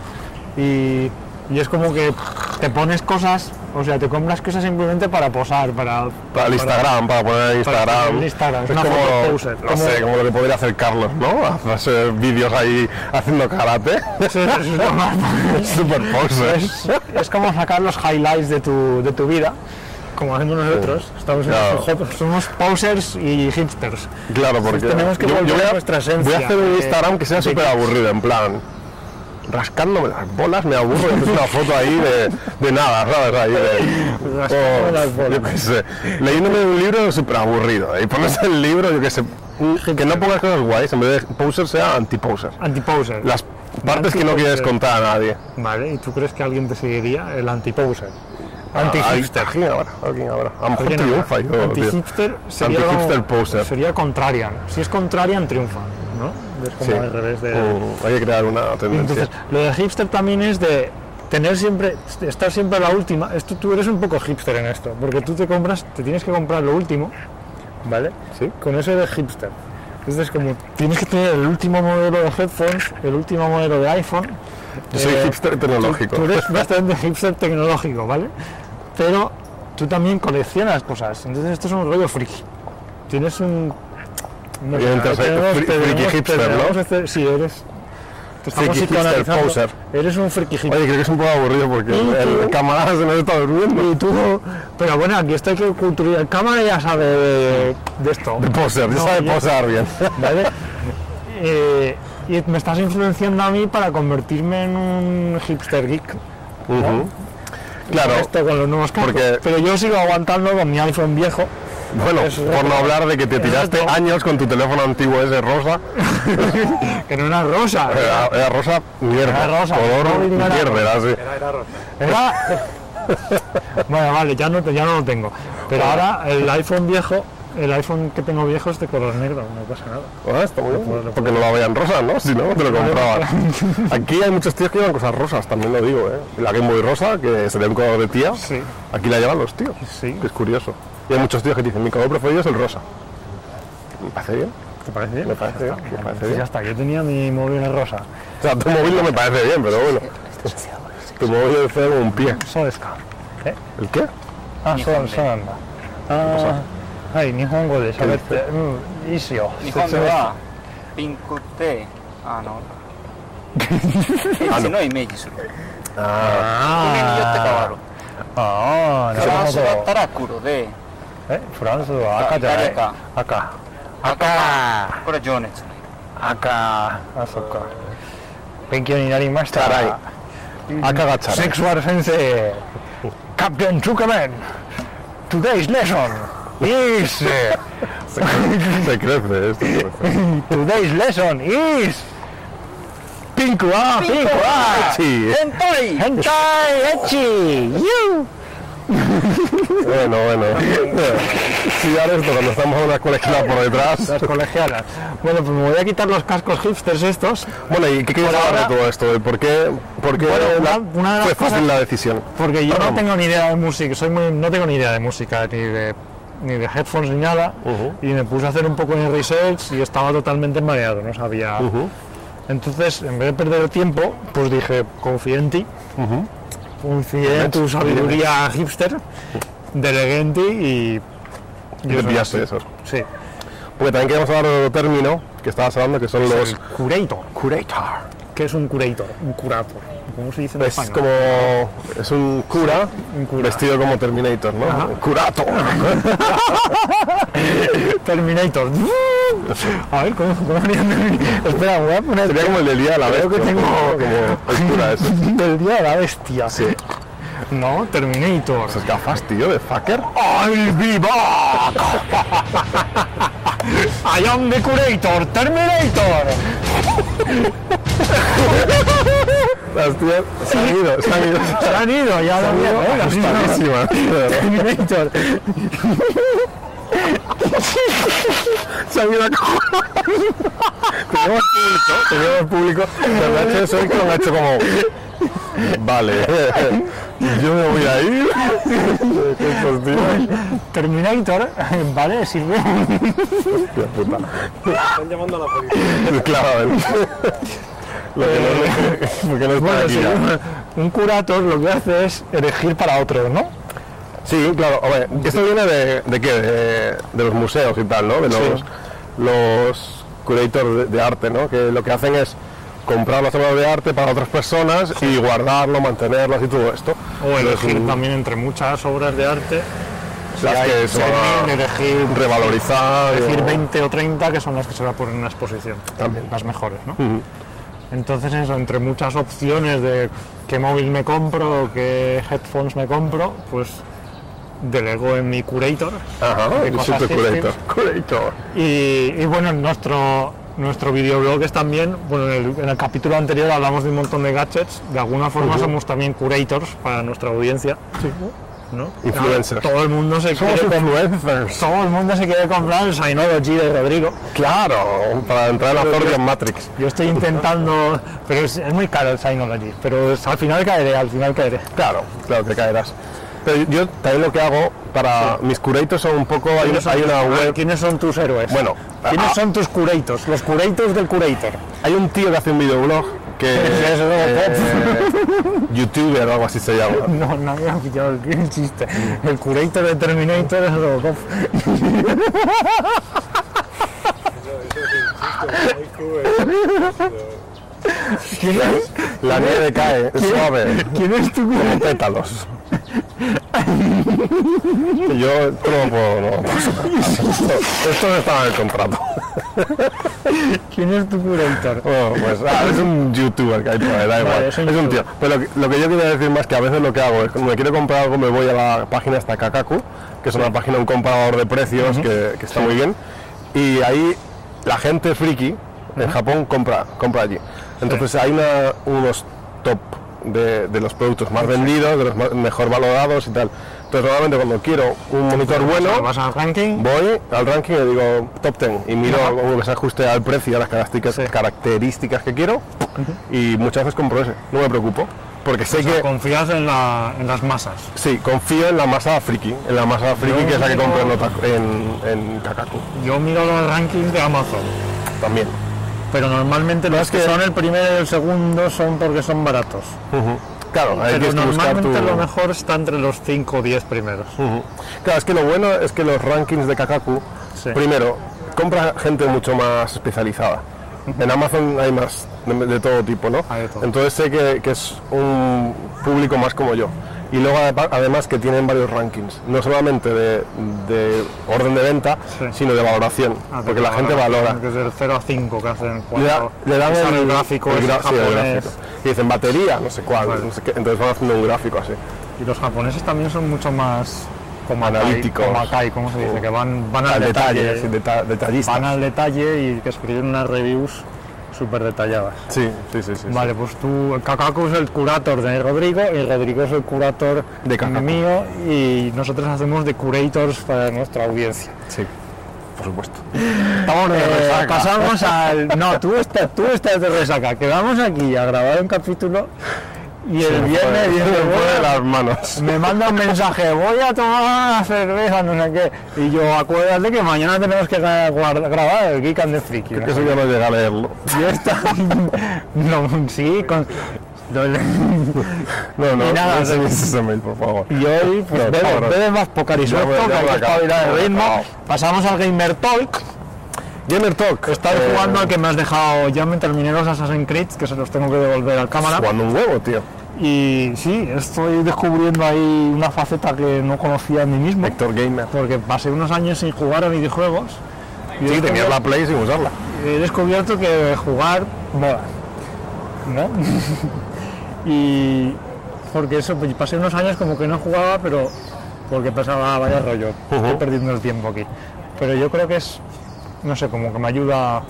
S2: Y, y es como que te pones cosas, o sea, te compras cosas simplemente para posar, para...
S3: Para el Instagram, para poner en
S2: para
S3: Instagram.
S2: poner en Instagram,
S3: Es
S2: una
S3: como,
S2: foto poser,
S3: no
S2: como-
S3: sé, como lo que podría hacer Carlos, ¿no? Hacer vídeos ahí haciendo karate.
S2: Eso es- eso es lo normal.
S3: Super poser.
S2: es, es como sacar los highlights de tu, de tu vida, como hacemos nosotros. Estamos en
S3: Claro.
S2: los- somos posers y hipsters.
S3: Claro, porque
S2: tenemos que volver
S3: voy
S2: a nuestra
S3: Voy a
S2: esencia,
S3: hacer un
S2: eh,
S3: Instagram que sea
S2: de
S3: súper aburrido, en plan. Rascándome las bolas, me aburro y es una foto ahí de, de nada, ¿sabes? Ahí de, oh,
S2: Rascándome las bolas.
S3: Yo qué sé. Leyéndome un libro súper aburrido. Y pones el libro, yo qué sé. Que no pongas cosas guays, en vez de poser sea anti-poser.
S2: Anti-poser.
S3: Las partes que no quieres
S2: Anti-poser.
S3: contar a nadie.
S2: Vale, ¿y tú crees que alguien te seguiría? El anti-poser.
S3: Ah, Anti-hipster.
S2: Anti-hipster.
S3: ¿Quién habrá? ¿Quién habrá? A lo mejor
S2: Oye, no,
S3: triunfa yo, tío.
S2: Anti-hipster sería, como-
S3: Anti-hipster poser.
S2: sería contrarian. Si es contrarian, triunfa. ¿no? Es como
S3: Sí.
S2: al revés de...
S3: Mm, Hay que crear una tendencia.
S2: Entonces, lo de hipster también es de tener siempre, estar siempre a la última. Esto tú eres un poco hipster en esto, porque tú te compras, te tienes que comprar lo último, ¿vale?
S3: Sí.
S2: Con eso de hipster. Entonces, como tienes que tener el último modelo de headphones, el último modelo de iPhone.
S3: Yo soy
S2: eh,
S3: hipster tecnológico.
S2: Tú eres bastante hipster tecnológico, ¿vale? Pero tú también coleccionas cosas. Entonces, esto es un rollo friki. Tienes un. No,
S3: Bien, entonces, fri- friki hipster, ¿no?
S2: si este, sí, eres. te estamos
S3: Friki hipster,
S2: psicoanalizando.
S3: poser.
S2: Eres un friki hipster.
S3: Oye, creo que es un poco aburrido porque
S2: ¿Y
S3: el,
S2: tú?
S3: camarada se nos está durmiendo.
S2: Y tú, pero bueno, aquí estoy que cultura. El cámara ya sabe de, de esto.
S3: De poser, ya
S2: No,
S3: sabe
S2: ya-
S3: posar bien.
S2: ¿Vale? Eh, y me estás influenciando a mí para convertirme en un hipster geek.
S3: Ujú. Claro,
S2: Esto Este con los nuevos cascos.
S3: Porque-
S2: Pero yo sigo aguantando con mi iPhone viejo.
S3: bueno,
S2: es-
S3: por no hablar de que te tiraste
S2: otro.
S3: años con tu teléfono antiguo ese rosa.
S2: que no era rosa.
S3: Era, era rosa mierda.
S2: Era rosa, el
S3: Color
S2: móvil no era
S3: mierda, era así.
S2: Era- bueno, vale, ya no, ya no lo tengo. Pero ahora el iPhone viejo, el iPhone que tengo viejo es de color negro, no pasa nada.
S3: Ah, está muy bien. Porque no la veían rosa, ¿no? Si no, te lo compraban. Aquí hay muchos tíos que llevan cosas rosas, también lo digo, ¿eh? La Game Boy rosa, que sería un color de tía.
S2: Sí.
S3: Aquí la llevan los tíos.
S2: Sí.
S3: Que es curioso. Y hay muchos tíos que dicen, mi color preferido es el rosa. Me parece bien.
S2: ¿Te parece bien?
S3: Me parece bien. Me parece
S2: Pues
S3: bien.
S2: ya está, yo tenía mi móvil en rosa.
S3: O sea, tu móvil no me parece bien, pero bueno. Tu móvil es feo como un pie.
S2: Solo es caro. ¿Eh?
S3: ¿El qué?
S2: Ah, solo, solo anda. Ah, ay, ni hongo de saber. Mm, Isio.
S1: 日本ではピンクってあの天使のイメージする上によって変わ
S2: Ah, ah,
S1: るフランスだっ
S2: no.
S1: たら黒で
S2: ¿Eh? Franzo, acá ya.
S1: Italia
S2: eh. Acá.
S1: acá. 赤これは情熱
S2: Acá. Azoka. Penkyo ni nari más.
S3: Caray. Acá agachar.
S2: Sexual sensei. Captain Zuckerman. Today's lesson is.
S3: Se crece esto. se crece.
S2: Today's lesson is. Pinku ah, pinku ah.
S3: Sí.
S1: 変態
S2: Hentai Echi. You.
S3: Bueno, bueno. Sí, ahora esto, cuando estamos en una colegiala por detrás.
S2: Las colegialas. Bueno, pues me voy a quitar los cascos hipsters estos.
S3: Bueno, ¿y qué quieres
S2: Por
S3: hablar de
S2: ahora-
S3: todo esto? ¿De ¿Por qué, por qué
S2: una-
S3: Eh, la-
S2: una de las
S3: fue fácil
S2: cosas-
S3: la decisión?
S2: Porque yo no tengo ni idea de música, soy muy, no tengo ni idea de música, ni de, ni de headphones ni nada.
S3: Ujú.
S2: Y me puse a hacer un poco de research y estaba totalmente mareado, no sabía.
S3: Ujú.
S2: Entonces, en vez de perder tiempo, pues dije, confié en ti,
S3: Ujú.
S2: confié en tu sabiduría hipster, delegué en ti y.
S3: Y te
S2: eso,
S3: pillaste eso.
S2: Sí,
S3: Porque también queremos hablar de otro término que estabas hablando, que son los...
S2: el curator.
S3: Curator.
S2: ¿Qué es un curator? Un curator. ¿Cómo se dice en
S3: Es
S2: español?
S3: como... Es un cura,
S2: un cura.
S3: vestido como Terminator, ¿no?
S2: Ajá.
S3: Curato.
S2: Terminator. A ver, ¿cómo, cómo haría Terminator? Espera, voy a poner.
S3: Sería como el del día de la vez.
S2: Creo que tengo
S3: Como el cura ese.
S2: del día de la bestia.
S3: Sí.
S2: No, Terminator.
S3: Esas gafas, tío, de fucker.
S2: I'll be back. I am the curator, Terminator.
S3: Las tías se han ido, se han ido.
S2: Se han ido, ya lo han ido. ¿eh? Las mismas.
S3: Asustadísimas, tío.
S2: Terminator.
S3: Se han ido a co- Tenemos público, tenemos público. Cuando ha hecho eso, el que lo ha hecho como... Vale. Yo me voy a ir. Estos tíos.
S2: Terminator, ¿vale? Sirve.
S3: Están llamando a la policía. Claro. Lo que no es- porque no está
S4: Bueno,
S3: aquí
S4: sí,
S3: ya.
S4: un curator lo que hace es elegir para otro, ¿no?
S3: Sí, claro. A ver, esto viene de, de qué? De, de los museos y tal, ¿no? De los,
S4: Sí.
S3: los curators de, de arte, ¿no? Que lo que hacen es comprar las obras de arte para otras personas y guardarlo, mantenerlas y todo esto.
S2: O
S3: Entonces,
S2: elegir
S3: mm,
S2: también entre muchas obras de arte,
S3: las
S2: hay
S3: que se van a
S2: 6.000, elegir,
S3: revalorizar. y-
S2: elegir 20 o 30 que son las que se van a poner en una exposición.
S3: También.
S2: Las mejores, ¿no? Entonces eso, entre muchas opciones de qué móvil me compro, o qué headphones me compro, pues delego en mi curator.
S3: Ajá,
S2: de este.
S3: el
S2: cosas
S3: super curator.
S2: hipsters.
S3: Curator.
S2: Y, y bueno, en nuestro, nuestro videoblog es también, bueno, en el, en el capítulo anterior hablamos de un montón de gadgets, de alguna forma somos también curators para nuestra audiencia. ¿no?
S3: Influencers.
S2: Todo el mundo se
S3: Somos
S2: quiere
S3: influencers.
S2: todo el mundo se quiere comprar el Synology de Rodrigo.
S3: Claro, para entrar en la Zordian Matrix.
S2: Yo estoy intentando, pero es, es muy caro el Synology, pero es- al final caeré, al final caeré.
S3: Claro, claro que caerás. Pero yo también lo que hago para mis curators son un poco. Hay, una- hay una web.
S2: ¿Quiénes son tus héroes?
S3: Bueno,
S2: ¿quiénes
S3: ah.
S2: son tus curators? Los curators del curator.
S3: Hay un tío que hace un videoblog que eh,
S2: es nuevo
S3: youtuber o algo así se llama.
S2: No, nadie ha pillado el, el chiste. El curator de Terminator es Robocop. ¿Quién es,
S3: La nieve cae suave,
S2: ¿Quién es tu
S3: con pétalos. Y Yo esto no puedo, no. Esto, esto no estaba en el contrato.
S2: ¿Quién es tu curator?
S3: Bueno, pues ah, es un youtuber que hay por ahí, da igual.
S2: Vale,
S3: es
S2: es
S3: un,
S2: un
S3: tío.
S2: youtuber.
S3: Pero lo que, lo que yo quería decir más que a veces lo que hago es cuando me quiero comprar algo me voy a la página esta Kakaku, que es una página, un comparador de precios que, que está muy bien. Y ahí la gente friki en Japón compra, compra allí. Entonces hay una- unos top de, de los productos más vendidos, de los más- mejor valorados y tal. Entonces normalmente cuando quiero un monitor bueno,
S2: ¿Vas al ranking?
S3: Voy al ranking y digo top 10 y miro como que se ajuste al precio y a las características, características que quiero y muchas veces compro ese, no me preocupo, porque sé que
S2: Confías en, la- en las masas.
S3: sí, confío en la masa friki, en la masa friki
S2: Yo
S3: que es la que
S2: digo-
S3: compro en, Otaku- en, en Kakaku
S2: Yo miro los rankings de Amazon,
S3: también.
S2: pero normalmente los que, son el primero y el segundo son porque son baratos.
S3: Ujú. Claro, hay
S2: Pero
S3: que buscar tu... Hmm,
S2: normalmente lo mejor está entre los 5 o 10 primeros.
S3: Ujú. Claro, es que lo bueno es que los rankings de Kakaku,
S2: Sí.
S3: primero, compra gente mucho más especializada. En Amazon hay más de, de todo tipo, ¿no?
S2: Hay de todo.
S3: Entonces sé que, que es un público más como yo. Y luego ade- además que tienen varios rankings, no solamente de, de orden de venta,
S2: Sí. Ah,
S3: sino de valoración, porque la gente valora.
S2: Que es del 0 a 5 que hacen
S3: Le, da-
S2: cuando
S3: le dan
S2: usan el gráfico
S3: el
S2: ese
S3: gra- sí, el
S2: japonés.
S3: gráfico. Y dicen batería, no sé cuál, no sé qué. Entonces van haciendo un gráfico así.
S2: Y los japoneses también son mucho más como
S3: Analíticos. Oh.
S2: Komakai, ¿cómo se dice? Que van, van al,
S3: Al
S2: detalle.
S3: detalle, así, deta- detallista.
S2: Ah, van al detalle y que escriben unas reviews súper detalladas.
S3: Sí, sí, sí, sí, sí.
S2: Vale, pues tú, Kakaku es el curator de Rodrigo y Rodrigo es el curator
S3: De Kakaku.
S2: mío y nosotros hacemos de curators para nuestra audiencia.
S3: Sí, por supuesto.
S2: Eh,
S3: resaca.
S2: pasamos al... No, tú estás, tú estás de resaca. Quedamos aquí a grabar un capítulo y el viernes dice,
S3: me
S2: "Voy
S3: pone
S2: a-
S3: las manos.
S2: me manda un mensaje, voy a tomar una cerveza, no sé qué. Y yo, acuérdate que mañana tenemos que gra- guarda- grabar el Geek and the Freaky. ¿no?
S3: Eso ya no llega a leerlo.
S2: Yo estaba... No, sí, con...
S3: No, no,
S2: Y nada,
S3: no
S2: no.
S3: enseñes ese mail, por favor.
S2: Y hoy, pues,
S3: No,
S2: bebe-
S3: cabrón.
S2: bebe más pocar y
S3: Ya
S2: suelto,
S3: me- ya
S2: que hay
S3: me
S2: que
S3: acabo,
S2: espabilar
S3: ya
S2: el
S3: me
S2: ritmo.
S3: acabo.
S2: Pasamos al Gamer Talk.
S3: Gamer Talk.
S2: Estás
S3: eh,
S2: jugando al que me has dejado, ya me terminé los Assassin's Creed, que se los tengo que devolver al cámara.
S3: Jugando un huevo, tío.
S2: Y sí, estoy descubriendo ahí una faceta que no conocía a mí mismo,
S3: Héctor Gamer.
S2: porque pasé unos años sin jugar a videojuegos. Y
S3: Sí,
S2: he
S3: tenías la Play sin usarla.
S2: he descubierto que jugar mola, ¿no? y porque eso, pues, pasé unos años como que no jugaba, pero porque pensaba, vaya rollo, estoy
S3: Ujú.
S2: perdiendo el tiempo aquí. Pero yo creo que es, no sé, como que me ayuda a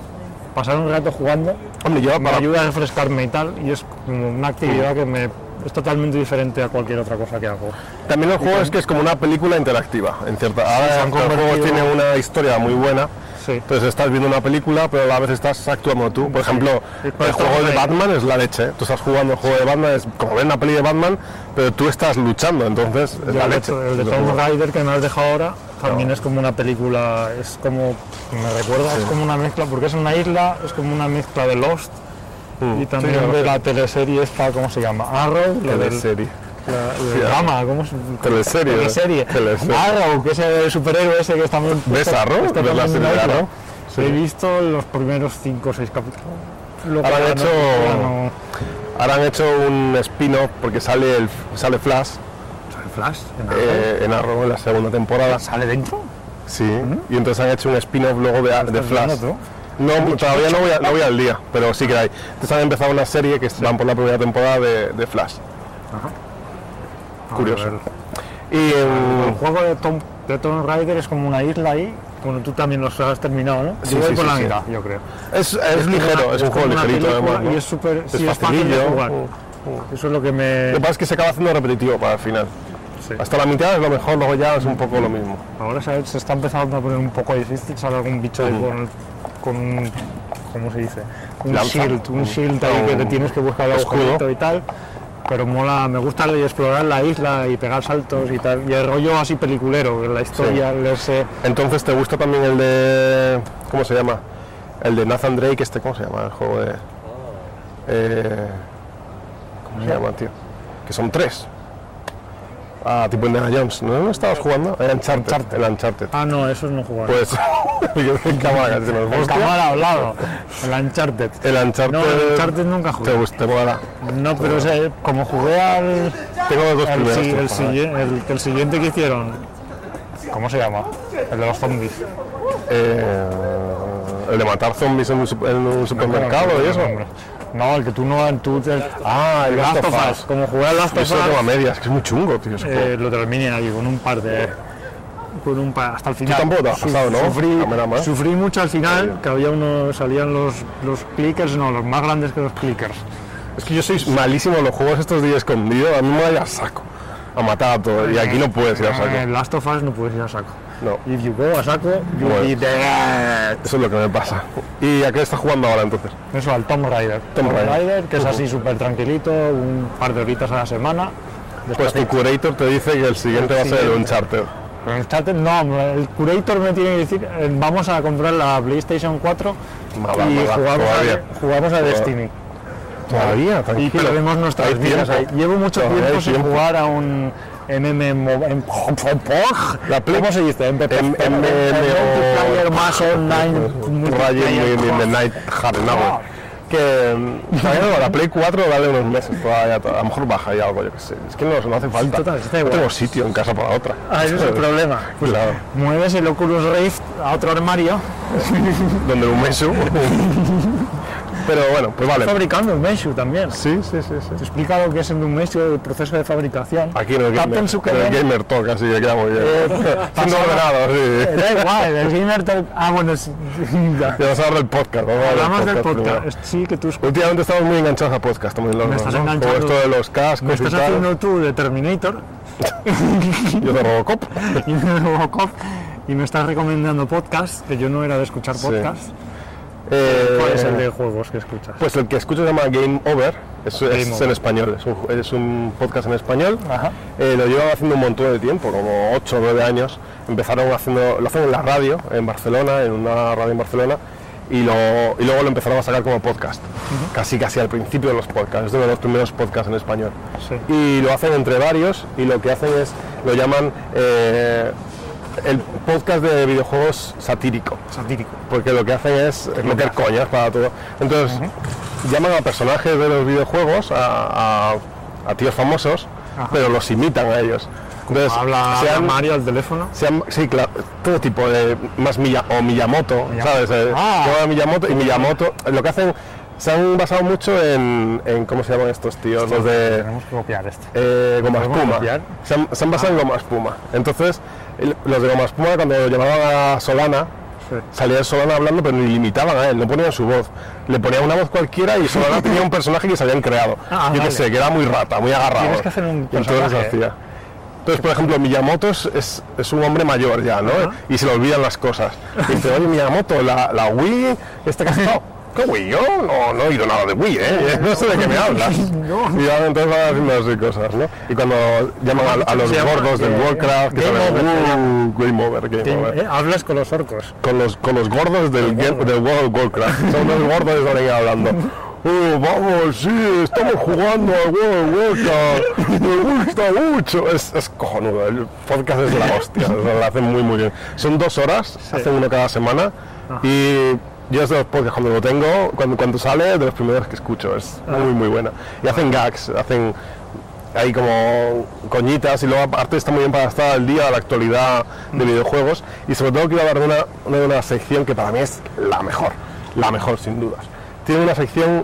S2: pasar un rato jugando,
S3: Hombre, yo
S2: me
S3: para...
S2: ayuda a refrescarme y tal, y es como una actividad que me es totalmente diferente a cualquier otra cosa que hago.
S3: También el juego es que es como una película interactiva, en cierta... Ahora
S2: han
S3: los juegos
S2: convertido-
S3: tienen una historia muy buena.
S2: Sí.
S3: Entonces estás viendo una película, pero a la vez estás actuando tú. Por ejemplo,
S2: Sí,
S3: el
S2: pero
S3: juego
S2: estás
S3: de
S2: ahí.
S3: Batman es la leche. ¿eh? Tú estás jugando el juego de Batman, es como ver una peli de Batman, pero tú estás luchando, entonces es
S2: Yo
S3: la
S2: el, de-
S3: leche.
S2: el de
S3: Entonces,
S2: Tomb Raider que me has dejado ahora también es como una película, es como, me recuerda, es como una mezcla, porque es una isla, es como una mezcla de Lost
S3: Mm.
S2: Y también de la teleserie esta, ¿cómo se llama? Arrow, la del-
S3: Teleserie.
S2: la- el drama, ¿cómo se
S3: Teleserie.
S2: Teleserie.
S3: Teleserie.
S2: Arrow, que es el superhéroe ese que está muy...
S3: ¿Ves Arrow?
S2: Está
S3: ¿Ves la
S2: también
S3: serie de
S2: en la-
S3: Arrow?
S2: He visto los primeros 5 o 6 capítulos. Luego
S3: Ahora han
S2: ya
S3: hecho-
S2: ya no-
S3: Ahora han hecho un spin-off porque sale, el, sale Flash
S2: Flash.
S3: eh, en Arrow en la segunda temporada.
S2: ¿Sale dentro?
S3: Sí. Y entonces han hecho un spin-off luego de, de
S2: estás Ah,
S3: Flash.
S2: viendo
S3: No, pues, todavía no voy, a- no voy al día, pero sí que hay. Entonces han empezado una serie que van por la primera temporada de, de Flash. Ah, Curioso. Y em,
S2: El
S3: en-
S2: juego de Tom, de Tomb Raider es como una isla ahí. Bueno, tú también los has terminado, ¿no?
S3: Sí,
S2: yo voy
S3: sí,
S2: por
S3: sí,
S2: la
S3: sí.
S2: mitad, yo creo.
S3: es, es ligero,
S2: como Ah, una-
S3: es un juego
S2: como una
S3: ligerito
S2: película
S3: además. ¿no?
S2: Y es súper
S3: Es
S2: sí, es fácil de
S3: facilillo.
S2: jugar. Eso es lo que me...
S3: Lo que pasa es que se acaba haciendo repetitivo para el final.
S2: Sí.
S3: Hasta la mitad es lo mejor, luego ya es un poco lo mismo.
S2: Ahora ¿sabes? se está empezando a poner un poco difícil, sale algún bicho ahí con, con un... ¿Cómo se dice? Un
S3: Lanza.
S2: shield, un
S3: Un-
S2: shield ahí que te
S3: un
S2: tienes que buscar el
S3: escudo.
S2: agujerito y tal. Pero mola, me gusta el- explorar la isla y pegar saltos y tal. Y el rollo así peliculero, la historia, leerse...
S3: Entonces, ¿te gusta también el de. ¿Cómo se llama? El de Nathan Drake, este, ¿cómo se llama? El juego de. eh, ¿Cómo se llama, tío? Que son tres. Ah, tipo Indiana Jones. ¿No lo estabas jugando? El Uncharted. El Uncharted.
S2: Ah, no, eso es no jugar.
S3: Pues. el cámara casi se nos
S2: el
S3: busca.
S2: cámara hablado, el Uncharted.
S3: El Uncharted.
S2: No, el Uncharted nunca
S3: Te
S2: jugué.
S3: gusta, te molará.
S2: No, pero ese, como jugué al...
S3: Tengo los dos
S2: El,
S3: primeros.
S2: si-
S3: tío, joder.
S2: el, siguiente- el- el siguiente que hicieron. ¿Cómo se llama? El de los zombies.
S3: Eh, el de matar zombies en un, sup- en un supermercado y eso.
S2: No, el que tú no. Tú, el,
S3: Ah, el
S2: Last of Us. Como jugué al Last of
S3: Eso lo tengo a
S2: Us,
S3: medias, que es muy chungo, tío. ese juego.
S2: eh, lo terminé aquí con un par de. Con un par, hasta el final.
S3: tampoco te has
S2: Su-
S3: pasado, ¿no? Cámara
S2: Sufrí,
S3: más.
S2: sufrí mucho al final, que había uno, salían los, los clickers, no, los más grandes que los clickers.
S3: Es que yo soy malísimo en los juegos estos días escondido, a mí me da a saco. A matar a todo. Y aquí no puedes ir a
S2: En el
S3: saco.
S2: Eh, Last of Us no puedes ir a saco.
S3: No,
S2: If you go "Oh, a saco, you
S3: Bueno.
S2: be dead.
S3: eso es lo que me pasa. ¿Y a qué estás jugando ahora entonces?
S2: Eso, al Tomb Raider.
S3: Tomb Raider.
S2: que es así súper tranquilito, un par de horitas a la semana.
S3: Pues tu curator te dice que el siguiente va a ser el
S2: siguiente.
S3: Uncharted.
S2: Pero el chat- no, el curator me tiene que decir, eh, vamos a comprar la PlayStation 4
S3: Mala,
S2: y
S3: mala,
S2: jugamos,
S3: todavía.
S2: a, jugamos a Destiny.
S3: Todavía,
S2: Y
S3: tranquilo.
S2: perdemos
S3: Hay
S2: nuestras vidas
S3: tiempo.
S2: ahí. Llevo mucho
S3: Todavía hay
S2: tiempo sin
S3: tiempo.
S2: jugar a un MMO... em-
S3: La Play-
S2: ¿Cómo se dice? En
S3: M-
S2: en-
S3: MMO.
S2: multiplayer más online.
S3: Ryan
S2: multiplayer
S3: in the
S2: más.
S3: Night Hardenauer. Que mm, todavía no, la Play 4 dale unos meses todavía, to- a lo mejor baja y algo, yo qué sé. Es que no, no hace falta.
S2: Total, está
S3: no
S2: igual.
S3: tengo sitio en casa para otra.
S2: Ah, ese es el problema.
S3: Claro.
S2: Mueves el Oculus Rift a otro armario
S3: donde un meso. Pero bueno, pues vale.
S2: fabricando un Menshu también.
S3: Sí, sí, sí, Ah. sí.
S2: Te explica lo que es un Menshu, el proceso de fabricación.
S3: Aquí en el
S2: Captain
S3: gamer, en
S2: Zuckerberg.
S3: el gamer talk, así que quedamos ya. Siendo ordenado,
S2: Eh,
S3: sí.
S2: Da igual, el gamer te... Ah, bueno, sí. ya.
S3: Ya vas a hablar del podcast. Vamos a hablar
S2: Hablamos del
S3: primero.
S2: podcast. Sí, que tú escu-
S3: Últimamente estamos muy enganchados a podcast, también los
S2: Me
S3: dos,
S2: estás
S3: ¿no? Como
S2: enganchando.
S3: esto de los cascos
S2: me estás
S3: y tal.
S2: haciendo tú de Terminator
S3: Yo de Robocop.
S2: y de Robocop y me estás recomendando podcasts, que yo no era de escuchar podcasts.
S3: Eh,
S2: ¿Cuál es el de juegos que escuchas?
S3: Pues el que escucho se llama Game Over, es, es
S2: Game Over. Ah.
S3: en español, es un, es un podcast en español.
S2: Ajá.
S3: Eh, lo llevan haciendo un montón de tiempo, como 8 o 9 años. Empezaron haciendo, lo hacen en la radio, en Barcelona, en una radio en Barcelona, y, lo, y luego lo empezaron a sacar como podcast, casi casi al principio de los podcasts, es uno de los primeros podcasts en español.
S2: Sí.
S3: Y lo hacen entre varios, y lo que hacen es, lo llaman eh, el podcast de videojuegos satírico
S2: Satírico.
S3: porque lo que hacen es meter coñas para todo. Entonces, llaman a personajes de los videojuegos, a, a- a tíos famosos, pero los imitan a ellos. Entonces,
S2: Habla
S3: se han-
S2: Mario al teléfono.
S3: se han- sí, claro, todo tipo de. Más Miya- o Miyamoto, ¿sabes? Eh,
S2: Ah.
S3: todo de Miyamoto y Miyamoto. Lo que hacen. Se han basado mucho en. en ¿Cómo se llaman estos tíos? Los de.
S2: Tenemos que copiar este.
S3: Eh, Goma
S2: ¿Podemos
S3: Espuma.
S2: copiar? Ah.
S3: Se han, se han basado en Goma Espuma. Entonces, el- los de Goma Espuma, cuando llamaban a Solana,
S2: Sí.
S3: salía Solana hablando, pero ni limitaban a él, no ponían su voz. Le ponían una voz cualquiera y Solana tenía un personaje que se habían creado.
S2: Ah,
S3: Yo
S2: vale.
S3: qué sé, que era muy rata, muy agarrado.
S2: Tienes que hacer un
S3: Y entonces
S2: personaje.
S3: hacía. Entonces, por ejemplo, Miyamoto es, es, es un hombre mayor ya, ¿no? Y se le olvidan las cosas. Y dice, oye, Miyamoto, la, la Wii,
S2: Este
S3: ¿esta que has estado? ¿Qué Wii? Yo no, no he oído nada de Wii, ¿eh? No sé de qué me hablas.
S2: No.
S3: Y ahora entonces van haciendo así cosas, ¿no? Y cuando llaman a, a los
S2: Se llama,
S3: gordos del
S2: eh,
S3: Warcraft, que
S2: Game
S3: saben,
S2: Over, se
S3: "Uh, Game Over, Game Over"
S2: Eh, Hablas con los orcos.
S3: con los, con los gordos del, game- del World of Warcraft. Son los gordos que están ahí hablando. oh, vamos, sí, estamos jugando a World of Warcraft, me gusta mucho. Es, es cojonudo, el podcast es la hostia, lo hacen muy, muy bien. Son dos horas, hacen uno cada semana y yo es de los podcasts cuando lo tengo, cuando, cuando sale, de los primeros que escucho, es muy, muy buena. Y hacen gags, hacen ahí como coñitas y luego aparte está muy bien para estar al día de la actualidad de videojuegos y sobre todo quiero hablar de una, de una sección que para mí es la mejor, la mejor sin dudas. Tiene una sección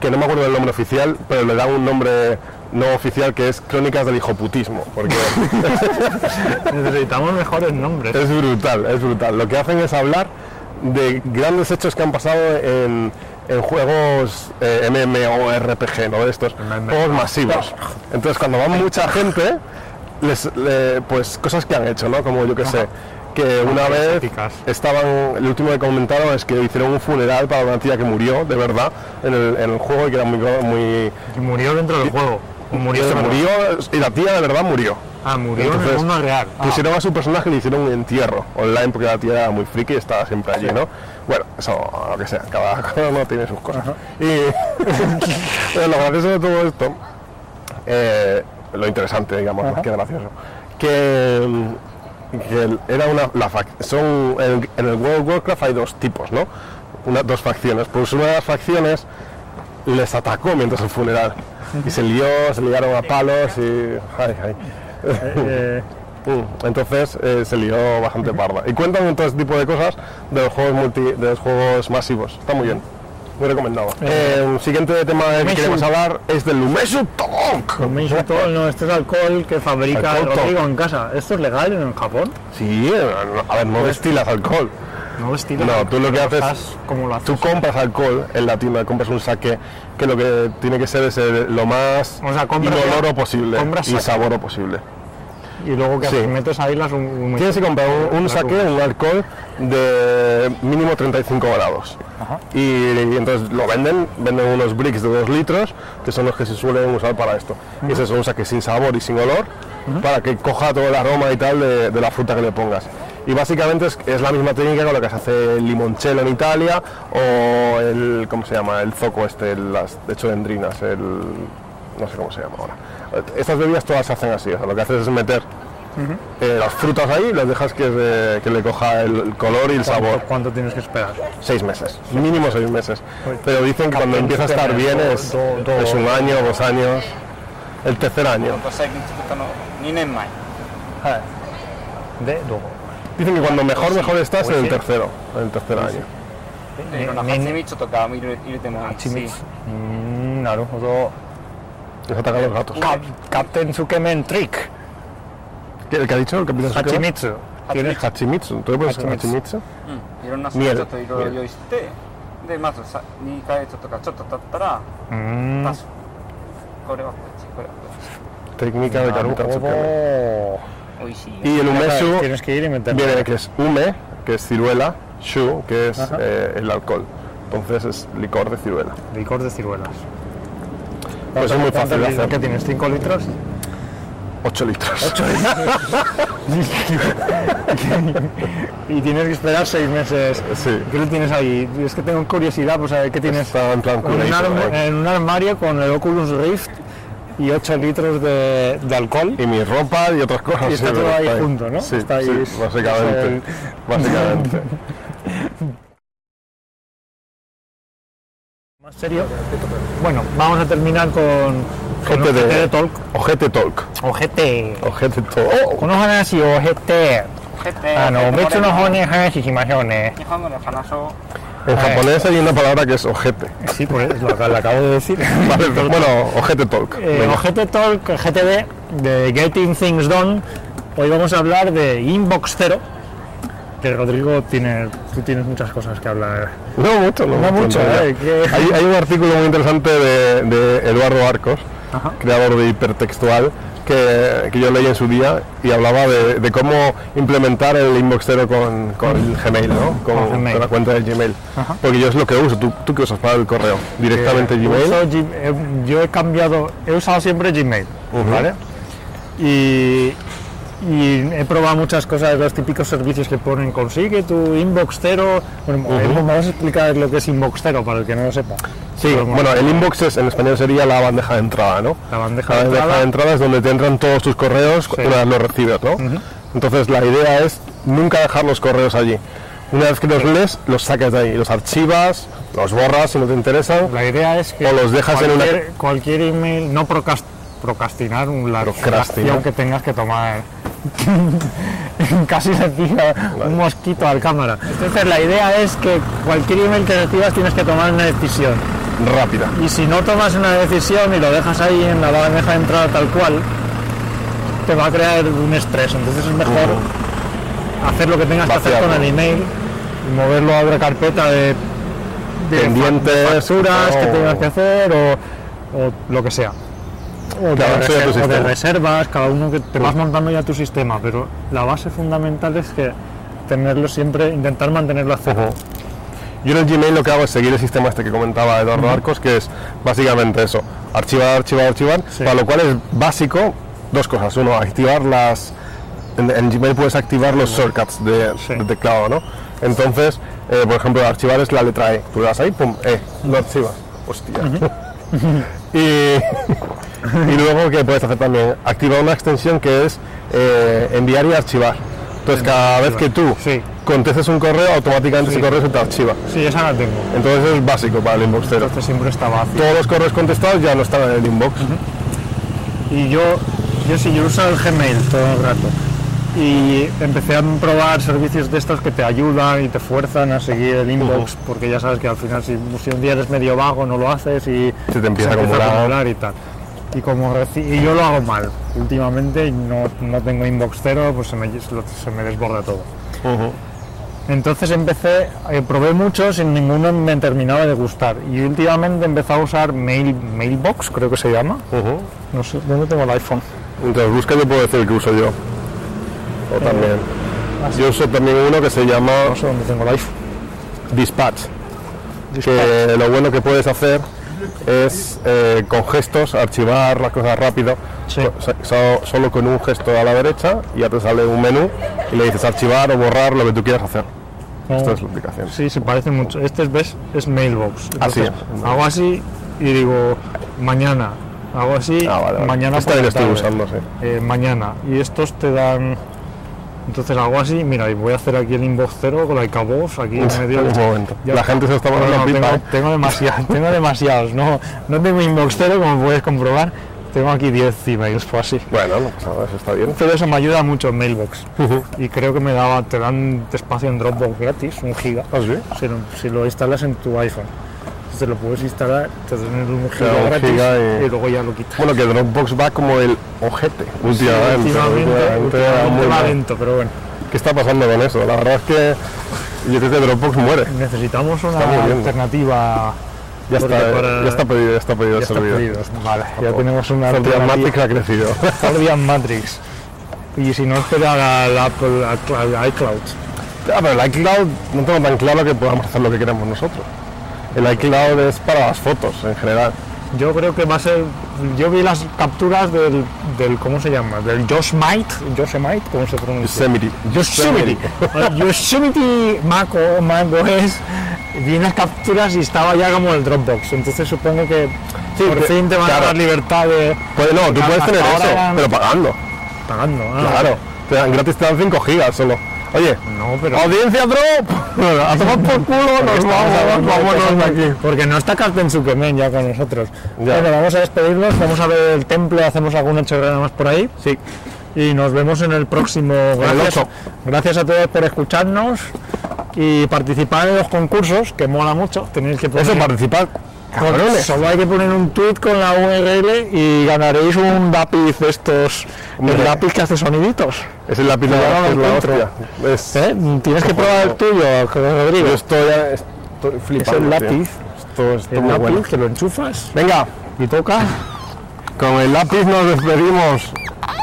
S3: que no me acuerdo del nombre oficial, pero le da un nombre no oficial que es Crónicas del Hijoputismo, porque
S2: Necesitamos mejores nombres.
S3: es brutal, es brutal. Lo que hacen es hablar de grandes hechos que han pasado en, en juegos eh, MMORPG, ¿no? De estos juegos masivos. Entonces, cuando va mucha gente, les, le- pues cosas que han hecho, ¿no? Como yo que sé, que una vez
S2: épicas.
S3: estaban, el último que comentaron es que hicieron un funeral para una tía que murió, de verdad, en el, en el juego y que era muy... muy
S2: Y murió dentro del juego. O murió
S3: se
S2: de verdad.
S3: murió y la tía de verdad murió.
S2: Ah, murió en el
S3: Entonces,
S2: mundo real. Ah,
S3: Pusieron a su personaje y le hicieron un entierro online porque la tía era muy friki y estaba siempre allí, ¿no? Bueno, eso, lo que sea, cada cada uno tiene sus cosas. Y pero lo gracioso de todo esto, eh, lo interesante, digamos, más que gracioso, que, mm, que el- era una, la fac- son, en, en el World of Warcraft hay dos tipos, ¿no? Una, dos facciones. Pues una de las facciones les atacó mientras el funeral. Y se lió, se liaron a palos y... ay, ay.
S2: eh,
S3: Mm, Entonces eh, se lió bastante parda. Y cuentan un todo este tipo de cosas de los juegos multi, de los juegos masivos. Está muy bien. Muy recomendado. Eh, el siguiente tema del que
S2: Lumeshu.
S3: queremos hablar es del Lumesu Talk.
S2: me insultó, no, este es alcohol que fabrica
S3: Alcohol,
S2: Rodrigo en casa. ¿Esto es legal en Japón?
S3: Sí, eh, no- a ver, no destilas alcohol.
S2: No, estilo.
S3: No, tú lo que haces,
S2: Estás como lo haces.
S3: tú compras alcohol en la tienda, compras un saque que lo que tiene que ser es el- lo más
S2: O sea, compras
S3: inoloro
S2: ya-
S3: posible
S2: compras
S3: y
S2: sake.
S3: saboro posible.
S2: Y luego que
S3: Sí.
S2: metes ahí las... Un, un-
S3: Tienes que comprar un, un saque, un alcohol de mínimo 35 grados. Y, y entonces lo venden, venden unos bricks de 2 litros, que son los que se suelen usar para esto. Y ese es un saque sin sabor y sin olor, para que coja todo el aroma y tal de, de la fruta que le pongas. Y básicamente es, es la misma técnica con la que se hace el limoncello en Italia o el, ¿cómo se llama? El zoco este, el, las, hecho de endrinas, el, no sé cómo se llama ahora. Estas bebidas todas se hacen así, o sea, lo que haces es meter eh, las frutas ahí, las dejas que, se- que le coja el el color y el sabor.
S2: ¿Cuánto, cuánto tienes que esperar?
S3: Seis meses, mínimo seis meses. Pero dicen que cuando empieza a estar bien es,
S2: do- do-
S3: es un año, dos años, el tercer año.
S1: 最近作ったの2年前
S2: De luego.
S3: Dicen que cuando mejor, mejor estás en el
S2: Pues
S3: tercero, en el tercer año.
S2: Eh,
S1: いろんな蜂蜜とかも入れ入れてもいいし
S2: Mm, narujodo.
S3: Les atacan los gatos.
S2: Cap- Captain Sukemen Trick.
S3: ¿Qué- ¿El que ha dicho el capitán Sucre?
S2: Hachimitsu.
S3: ¿Tienes Hachimitsu? ¿Tú le pones
S2: Hachimitsu.
S3: Hachimitsu?
S1: いろんなち
S3: 見える
S1: ょっといろいろ用意してでまずさ2ヶ月とかちょっと経ったら
S2: Mm,
S1: 確かこれはこっちこれはこっ
S3: Técnica de capitán Sucre.
S2: narujodo.
S1: ち美味しいよ
S3: Y el umesu
S2: Tienes que ir y meter.
S3: viene que es ume, que es ciruela, shu, que es eh, el alcohol. Entonces es licor de ciruela.
S2: Licor de ciruelas.
S3: Pues es muy
S2: ¿Cuánto
S3: fácil de
S2: litro
S3: hacer.
S2: que tienes? ¿5 litros?
S3: 8 litros.
S2: Y tienes que esperar 6 meses.
S3: Sí.
S2: ¿Qué lo tienes ahí? Es que tengo curiosidad, pues a ver qué tienes.
S3: Estaba en plan
S2: En un,
S3: Curator,
S2: arm-
S3: ¿eh?
S2: en un armario con el Oculus Rift y 8 litros de, de alcohol.
S3: Y mi ropa y otras cosas.
S2: eh. Y está
S3: sí,
S2: todo
S3: pero
S2: ahí
S3: está
S2: junto, ¿no?
S3: Sí,
S2: Está ahí,
S3: sí,
S2: es-
S3: básicamente.
S2: es
S3: Básicamente.
S2: Más serio. Bueno, vamos a terminar con. con
S3: Gente de-
S2: ojete Talk.
S3: Ojete Talk.
S2: Ojete.
S3: Ojete Talk.
S2: この話を経て、あの別の方に話しましょうね。
S1: 日本語で話そう。
S3: En japonés hay una palabra que es ojete.
S2: Sí, por eso lo, acabo de decir.
S3: Vale, bueno, ojete Talk.
S2: Eh,
S3: Venga.
S2: Ojete Talk, GTD, de Getting Things Done. Hoy vamos a hablar de Inbox Zero. Que Rodrigo, tiene, tú tienes muchas cosas que hablar.
S3: No mucho, no,
S2: No mucho,
S3: en realidad.
S2: ¿eh? Que-
S3: Hay, hay un artículo muy interesante de, de Eduardo Arcos, creador de Hipertextual, que, que yo leí en su día y hablaba de, de cómo implementar el inboxero con, con el Gmail, ¿no? Con,
S2: Con Gmail.
S3: con la cuenta de Gmail. Porque yo es lo que uso, tú, tú que usas para el correo, directamente Gmail.
S2: Eh, Uso Gm- eh, yo he cambiado, he usado siempre Gmail.
S3: Ujú.
S2: ¿vale? Y y he probado muchas cosas de los típicos servicios que ponen consigue tu inbox cero bueno,
S3: Ujú.
S2: Inbox, vamos a explicar lo que es inbox cero para el que no lo sepa
S3: Sí,
S2: Pero,
S3: bueno, el inbox es, en español sería la bandeja de entrada, ¿no?
S2: la bandeja
S3: La
S2: de
S3: bandeja de
S2: entrada
S3: entrada es donde te entran todos tus correos una vez los recibes, ¿no? Entonces la idea es nunca dejar los correos allí. Una vez que los lees, los sacas de ahí, los archivas, los borras si no te interesan.
S2: la idea es que
S3: O los dejas en una-
S2: cualquier, cualquier email no procrast- procrastinar un la
S3: Procrastinar.
S2: la acción que tengas que tomar casi decía un mosquito al cámara entonces la idea es que cualquier email que recibas tienes que tomar una decisión
S3: Rápida.
S2: Y si no tomas una decisión y lo dejas ahí en la bandeja de entrada tal cual, te va a crear un estrés. Entonces es mejor hacer lo que tengas que hacer
S3: Vaciarlo.
S2: con el email y moverlo a otra carpeta de, de
S3: Pendientes,
S2: fa- facturas que
S3: o-
S2: tengas que hacer o, o lo que sea. O de,
S3: Claro, eso ya tu
S2: reser- o de
S3: sistema. Pues
S2: reservas, cada uno que te vas montando ya tu sistema, pero la base fundamental es que tenerlo siempre, intentar mantenerlo activo.
S3: Ujú. Yo en el Gmail lo que hago es seguir el sistema este que comentaba Eduardo Arcos, que es básicamente eso, archivar, archivar, archivar,
S2: Sí.
S3: para lo cual es básico dos cosas. Uno, activar las... En, en Gmail puedes activar los shortcuts de,
S2: Sí.
S3: de teclado, ¿no? Entonces, eh, por ejemplo, archivar es la letra E. Tú le das ahí, pum, E, lo archivas. Hostia. y, y luego que puedes hacer también, activar una extensión que es eh, enviar y archivar. Entonces, cada vez que tú
S2: Sí.
S3: contestes un correo, automáticamente ese correo se te archiva.
S2: Sí, esa la tengo.
S3: Entonces es básico para el inbox cero.
S2: Entonces siempre está vacío.
S3: Todos los correos contestados ya no están en el inbox.
S2: y yo, yo sí, yo uso el Gmail todo el rato. Y empecé a probar servicios de estos que te ayudan y te fuerzan a seguir el inbox, porque ya sabes que al final si, si un día eres medio vago no lo haces y
S3: Se te empieza a acumular.
S2: y tal. Y, como reci- y yo lo hago mal. Últimamente no, no tengo inbox cero, pues se me, se me desborda todo. Entonces empecé, eh, probé muchos y ninguno me terminaba de gustar. Y últimamente empecé a usar Mail, Mailbox, creo que se llama.
S3: Ujú.
S2: No sé, ¿dónde tengo el iPhone?
S3: Entonces busca yo puedo decir que uso yo. O
S2: Eh,
S3: también. Yo uso también uno que se llama
S2: No sé dónde tengo el iPhone.
S3: Dispatch.
S2: Ah.
S3: Que lo bueno que puedes hacer es eh, con gestos archivar las cosas rápido.
S2: Sí.
S3: So- so- solo con un gesto a la derecha y ya te sale un menú y le dices archivar o borrar lo que tú quieras hacer. Esta es la aplicación.
S2: Sí, se parece mucho. Este es, ¿ves? Es Mailbox.
S3: Así es.
S2: Hago así y digo mañana. Hago así,
S3: Ah, vale, vale.
S2: mañana
S3: Esta
S2: por la
S3: la estoy
S2: tarde.
S3: usando, sí.
S2: Eh, mañana. Y estos te dan... Entonces hago así, mira, y voy a hacer aquí el inbox cero con la iCabox aquí en medio.
S3: Un momento. La gente se está
S2: No,
S3: poniendo
S2: no,
S3: pipa. ¿eh?
S2: tengo, tengo demasiados, tengo demasiados. No, no tengo inbox cero, como puedes comprobar. Tengo aquí 10 emails, pues así.
S3: Bueno, no pasa nada, eso está bien.
S2: Pero eso me ayuda mucho Mailbox. Y creo que me daba, te dan espacio en Dropbox gratis, un giga.
S3: ¿Ah, sí?
S2: Si lo, si lo instalas en tu iPhone. Te lo puedes instalar, te dan un giga
S3: Claro, un
S2: gratis
S3: giga y-
S2: y... luego ya lo quitas.
S3: Bueno, que Dropbox va como el ojete últimamente.
S2: Últimamente,
S3: últimamente va
S2: últimamente
S3: muy
S2: va
S3: mal.
S2: lento, pero bueno.
S3: ¿Qué está pasando con eso? La verdad es que yo creo que Dropbox muere.
S2: Necesitamos una
S3: Está muy bien.
S2: alternativa.
S3: Ya
S2: Porque
S3: está, eh,
S2: para-
S3: ya está pedido, ya está pedido el
S2: Ya está
S3: servidor.
S2: pedido. Vale, ya tenemos una
S3: Servidor
S2: alternativa.
S3: Matrix ha crecido.
S2: Guardian Matrix. Y si no es que la, la Apple- la- la iCloud.
S3: ah, pero el iCloud no tengo tan claro que podamos hacer lo que queremos nosotros. El iCloud es para las fotos en general.
S2: Yo creo que va a ser. Yo vi las capturas del, del ¿cómo se llama? Del Yosemite, Yosemite, ¿cómo se pronuncia?
S3: Yosemite.
S2: Yosemite. Yosemite Maco, Mango es. Vi las capturas y estaba ya como el Dropbox. Entonces supongo que por
S3: te-
S2: fin te van
S3: claro.
S2: a dar libertad de
S3: Pues no, tú
S2: Hasta
S3: puedes tener
S2: Ah, ahora
S3: eso,
S2: eran-
S3: pero pagando.
S2: pagando. ah,
S3: Claro. Te dan gratis te dan 5 gigas solo. Oye,
S2: No, pero.
S3: audiencia drop. A tomar por culo, nos
S2: Estamos
S3: Pues vamos,
S2: hablando de
S3: vámonos
S2: cosas
S3: de aquí.
S2: muy- Porque no está Carpen Zuckerman ya con nosotros.
S3: Ya.
S2: Bueno, vamos a despedirnos, vamos a ver el templo, hacemos alguna chorrada más por ahí.
S3: Sí.
S2: Y nos vemos en el próximo. Gracias,
S3: ocho.
S2: gracias a todos por escucharnos y participar en los concursos, que mola mucho. Tenéis que poner.
S3: Eso, participar.
S2: con-
S3: Cabrones.
S2: solo hay que poner un tweet con la URL y ganaréis un lápiz de estos.
S3: Hombre.
S2: El lápiz que hace soniditos.
S3: Es el lápiz de
S2: Yo no
S3: la,
S2: lo
S3: es la
S2: encuentro.
S3: hostia. Es-
S2: ¿Eh? Tienes que probar el tuyo, Rodrigo.
S3: Yo estoy, eh, estoy flipando.
S2: el
S3: tío.
S2: lápiz.
S3: Esto, esto
S2: El
S3: muy
S2: lápiz
S3: bueno.
S2: que lo enchufas
S3: Venga,
S2: y toca.
S3: con el lápiz nos despedimos.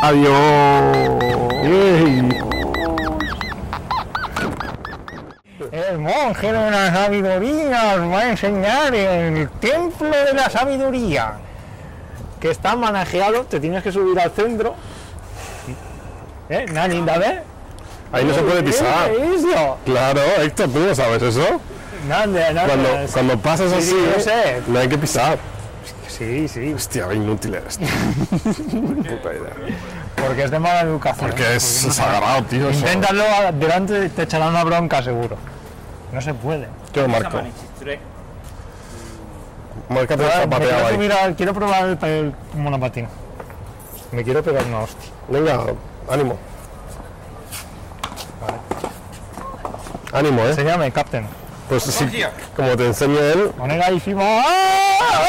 S3: Adiós.
S2: El monje de la sabiduría os va a enseñar el templo de la sabiduría, que está manajeado, te tienes que subir al centro ¿Eh? Nani, dame.
S3: Ahí no se puede pisar.
S2: ¿Qué es eso?
S3: Claro, Héctor, tú no sabes eso.
S2: Nande, nande.
S3: Cuando,
S2: sí.
S3: cuando ¿eh? pasas
S2: Sí,
S3: así,
S2: sí, yo sé.
S3: no hay que pisar.
S2: Sí, sí,
S3: Hostia, qué inútil eres. Puta idea.
S2: porque es de mala educación.
S3: Porque es sagrado, tío. eso.
S2: Inténtalo a- delante, te echarán una bronca seguro. No se puede.
S3: Yo lo marco. Márcate el
S2: Me
S3: zapateado
S2: quiero,
S3: ahí.
S2: subir al- quiero probar el, el monopatín. Me quiero pegar una hostia.
S3: Venga, ánimo. Ánimo, eh.
S2: Enséñame, Captain.
S3: Pues sí, como te enseña él,
S2: Onega y Fimo. ¡Ah!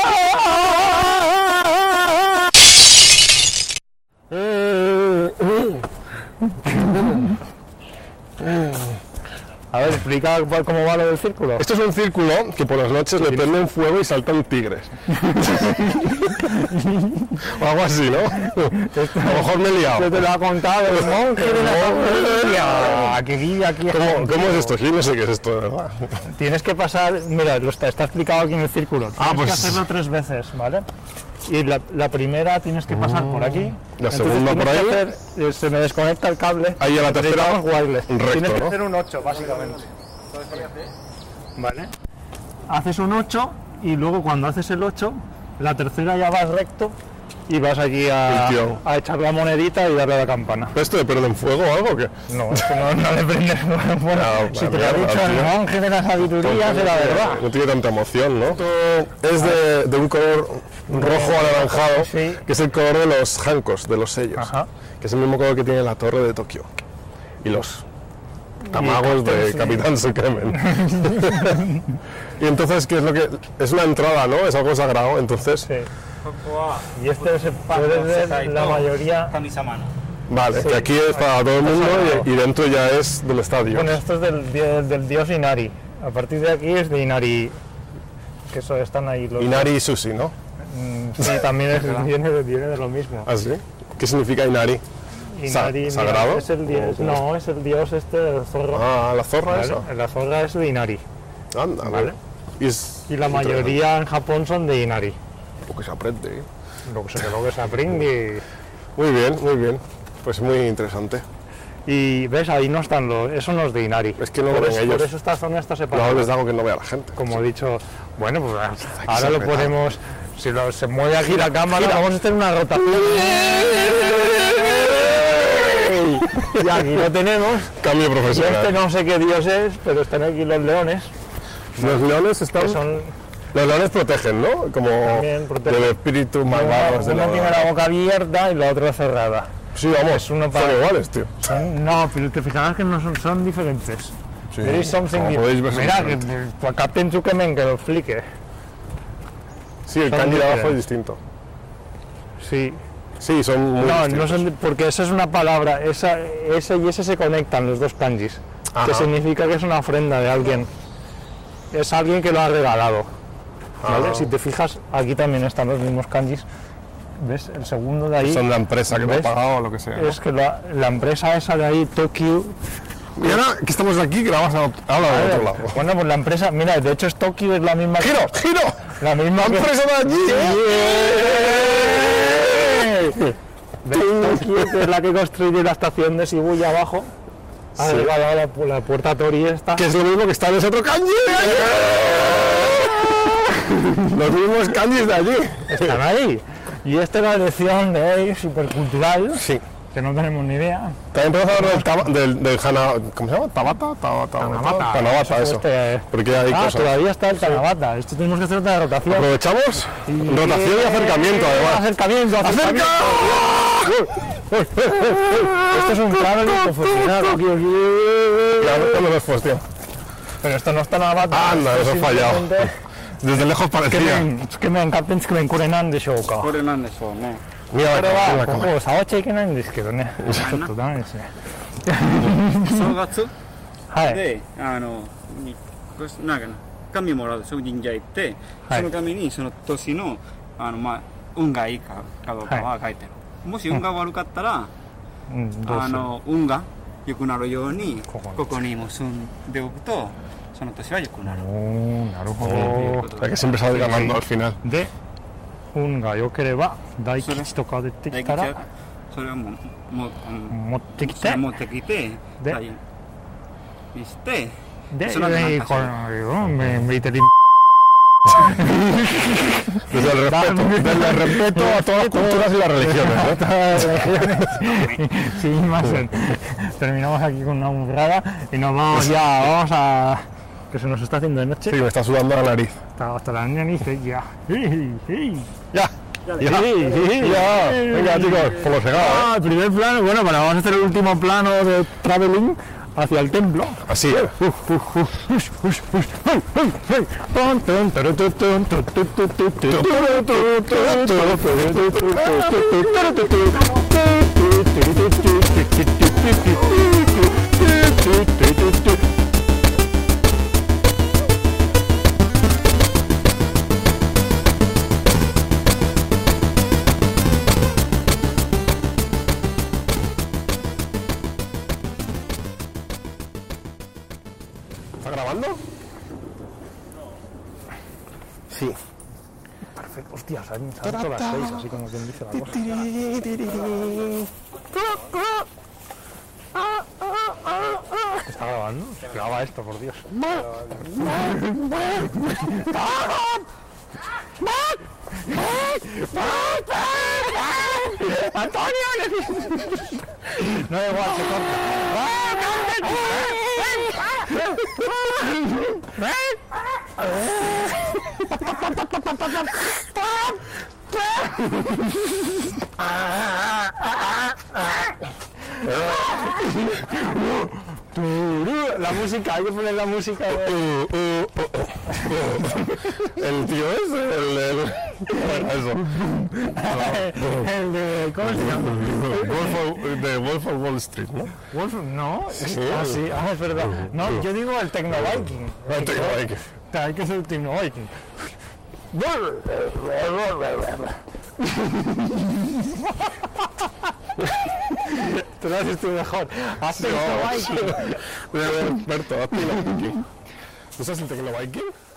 S2: A ver, explica cuál- cómo va lo del círculo.
S3: Esto es un círculo que por las noches le prenden fuego y saltan tigres. o algo así, ¿no? A lo mejor me he
S2: Yo
S3: liado.
S2: te lo ha contado, el monje de la familia.
S3: Monje.
S2: Aquí vive, aquí
S3: ¿Cómo, cómo es esto? Yo no sé qué es esto, de verdad.
S2: Tienes que pasar, mira, lo está, está explicado aquí en el círculo. Tienes
S3: pues-
S2: que hacerlo tres veces, ¿vale? Y la, la primera tienes que pasar por aquí.
S3: Mm. La
S2: Entonces
S3: segunda por
S2: tienes que
S3: ahí.
S2: hacer- eh, se me desconecta el cable.
S3: Ahí a la tercera,
S2: Necesitamos wireless.
S3: un
S2: Tienes
S3: recto,
S2: que
S3: ¿no?
S2: hacer un 8, básicamente. ¿Vale? Haces un 8 y luego cuando haces el 8, la tercera ya vas recto y vas aquí a,
S3: El tío.
S2: a echar la monedita y darle a la campana.
S3: ¿Esto de prenden fuego o algo? o qué?
S2: No, esto no, no le prendes fuego. Bueno,
S3: No,
S2: si
S3: la
S2: te lo ha
S3: mierda,
S2: dicho el
S3: tío. eh,
S2: monje de la sabiduría, será verdad. ah.
S3: No tiene tanta emoción, ¿no? Es de, de un color rojo anaranjado,
S2: Sí.
S3: que es el color de los jancos, de los sellos.
S2: Ajá.
S3: Que es el mismo color que tiene la torre de Tokio. Y los tamagos de Capitán Sukemen. y entonces, ¿qué es lo que...? Es una entrada, ¿no? Es algo sagrado, entonces...
S2: Sí. Y este se puede ver la mayoría.
S3: Vale, que aquí es para todo el mundo y, y dentro ya es del estadio.
S2: Bueno, esto es del, di- del dios Inari. A partir de aquí es de Inari. Que eso están ahí los.
S3: Inari y Sushi, ¿no?
S2: Mm, Sí, también es, viene, de- viene de lo mismo.
S3: ¿Así? ¿Qué significa Inari? Sa-
S2: Inari,
S3: ¿sagrado?
S2: Es el dios,
S3: ¿O cómo
S2: no, es el dios este del zorro.
S3: Ah, la zorra
S2: ¿vale?
S3: esa.
S2: La zorra es de Inari.
S3: Anda,
S2: Vale.
S3: Y, es
S2: Y la mayoría en Japón son de Inari.
S3: Lo que se aprende. ¿eh?
S2: Lo que se lo que se aprende.
S3: Muy bien, muy bien. Pues muy interesante.
S2: Y ves, ahí no están los. Eso no es de Inari.
S3: Es que no lo
S2: por,
S3: ven
S2: eso,
S3: ellos.
S2: por eso esta zona está
S3: No
S2: separada.
S3: hables de Ah, algo que no vea la gente.
S2: como he dicho, bueno, pues ahora
S3: se
S2: lo
S3: peta.
S2: ponemos, si lo- se mueve aquí la cámara, vamos a hacer una rotación. Y aquí lo tenemos,
S3: Cambio
S2: y este
S3: profesional.
S2: no sé qué dios es, pero están aquí los leones,
S3: Los leones
S2: que
S3: están...
S2: son,
S3: Los leones protegen, ¿no? Como
S2: También protegen.
S3: del espíritu
S2: una,
S3: malvado. de
S2: una
S3: la-
S2: tiene la boca abierta y la otra cerrada.
S3: Sí, vamos,
S2: es uno
S3: son
S2: para-
S3: iguales, tío.
S2: Son- no, pero te fijarás que no son, son diferentes.
S3: Sí.
S2: There is something
S3: Como
S2: di-
S3: podéis ver, son
S2: Mira, que,
S3: diferentes.
S2: que Captain Tsukemen que lo explique.
S3: Sí, el
S2: son
S3: kanji de abajo es
S2: diferentes.
S3: distinto.
S2: Sí,
S3: Sí, son muy
S2: No, no
S3: distintos.
S2: son de- porque esa es una palabra, esa, ese y ese se conectan los dos kanjis,
S3: Ajá.
S2: que significa que es una ofrenda de alguien. Es alguien que lo ha regalado. ¿vale?
S3: Ah.
S2: Si te fijas, aquí también están los mismos kanjis. ¿Ves? El segundo de ahí
S3: Son la empresa que me ha
S2: ¿Ves?
S3: pagado o lo que sea. ¿no?
S2: es que la, la empresa esa de ahí, Tokyo.
S3: Y ahora que estamos aquí, grabas a ot- habla del otro lado.
S2: Bueno, pues la empresa, mira, de hecho es Tokio, es la misma.
S3: ¡Giro! ¡Giro!
S2: La misma
S3: ¡Han preso de allí! ¿eh?
S2: Tokio, que es la que construye la estación de Shibuya abajo. Arriba la, la, pu- la puerta Tori esta.
S3: Que es lo mismo que está en ese otro kanji de allí. Los mismos kanjis de allí.
S2: están ahí. Y esta es la lección de hoy, supercultural,
S3: Sí.
S2: que no tenemos ni idea.
S3: También podemos hablar del, taba- del, del Hana... ¿Cómo se llama? ¿Tabata? Tabata.
S2: Tanabata.
S3: Tanabata, eso. pues
S2: Este-
S3: Porque hay
S2: ah,
S3: cosas.
S2: todavía está el Tanabata. Esto tenemos que hacer otra rotación.
S3: Aprovechamos. Rotación y acercamiento,
S2: Eh,
S3: además.
S2: Acercamiento, acercamiento.
S3: ¡Acerca!
S2: Esto es un cable confusionado. aquí, aquí.
S3: Ya, no me lo has puesto.
S2: Pero esto no es Tanabata.
S3: Anda,
S2: esto
S3: eso
S2: es
S3: ha fallado.
S2: simplemente-
S3: Desde lejos parecía.
S2: Es que me encanta, es que me encurenan de shouka.
S1: これなんでしょうね
S3: Mira, la cámara, la
S2: こ
S3: cámara.
S2: こ触っちゃいけないんです けどね。ちょっとダメですね。
S1: 正月
S2: はい。
S1: であのにこうしなんかな紙もらうでしょ神社行って、
S2: はい
S1: その紙にその年のあの、まあ、運がいいかかどうかは書いてある、もし運が悪かったら、
S2: うん、どう
S1: あ
S2: する
S1: の運が良くなるように
S2: こ
S1: こ
S2: こ
S1: こ
S2: に
S1: に結んでおくとその年は良くなる、
S2: おー、なるほ
S1: とい
S2: ど
S1: うこ。と
S3: O sea,
S1: で
S3: que siempre sale ganando al final.
S2: で運が良ければ大吉とか出てき
S1: 大
S2: た
S1: 吉
S2: ら
S1: はそれをももあの
S2: 持ってき
S1: それ
S2: て
S1: を持ってきて
S2: で
S1: はいにして
S2: で
S1: その
S2: de-
S1: demanda,
S2: con me- military-
S3: Desde el respeto, desde el respeto a todas las culturas y las religiones. ¿no?
S2: sin más terminamos aquí con una burrada y nos vamos ya vamos a que se nos está haciendo de noche
S3: Sí, me está sudando la nariz.
S2: hasta, hasta la narices ya Sí, sí.
S3: Ya, ya, ya. Venga, chicos, por lo segado, ¿eh?
S2: Ah, el primer plano, bueno, para vamos a hacer el último plano de traveling hacia el templo.
S3: Así, ¿eh? ¿Está grabando? Sí.
S2: Hostia, se han se han hecho las seis, así como quien dice la cosa. ¿Está grabando? Graba esto, por Dios. ¡Antonio! No da igual, se corta. La música, hay que poner la música.
S3: El tío es el... el- Eso.
S2: El de. ¿Cómo se llama?
S3: Wolf of- de Wolf of Wall Street, ¿no?
S2: Wolf, no,
S3: Sí.
S2: ah, sí, ah, es verdad. No, yo digo el Tecno Viking.
S3: No te digo, hay Este que-
S2: Hay que ser el Tecno Viking. Tú lo haces tú mejor. Haz Tecno Viking.
S3: De Berto, hazte la Viking. ¿Usas el tecno Viking?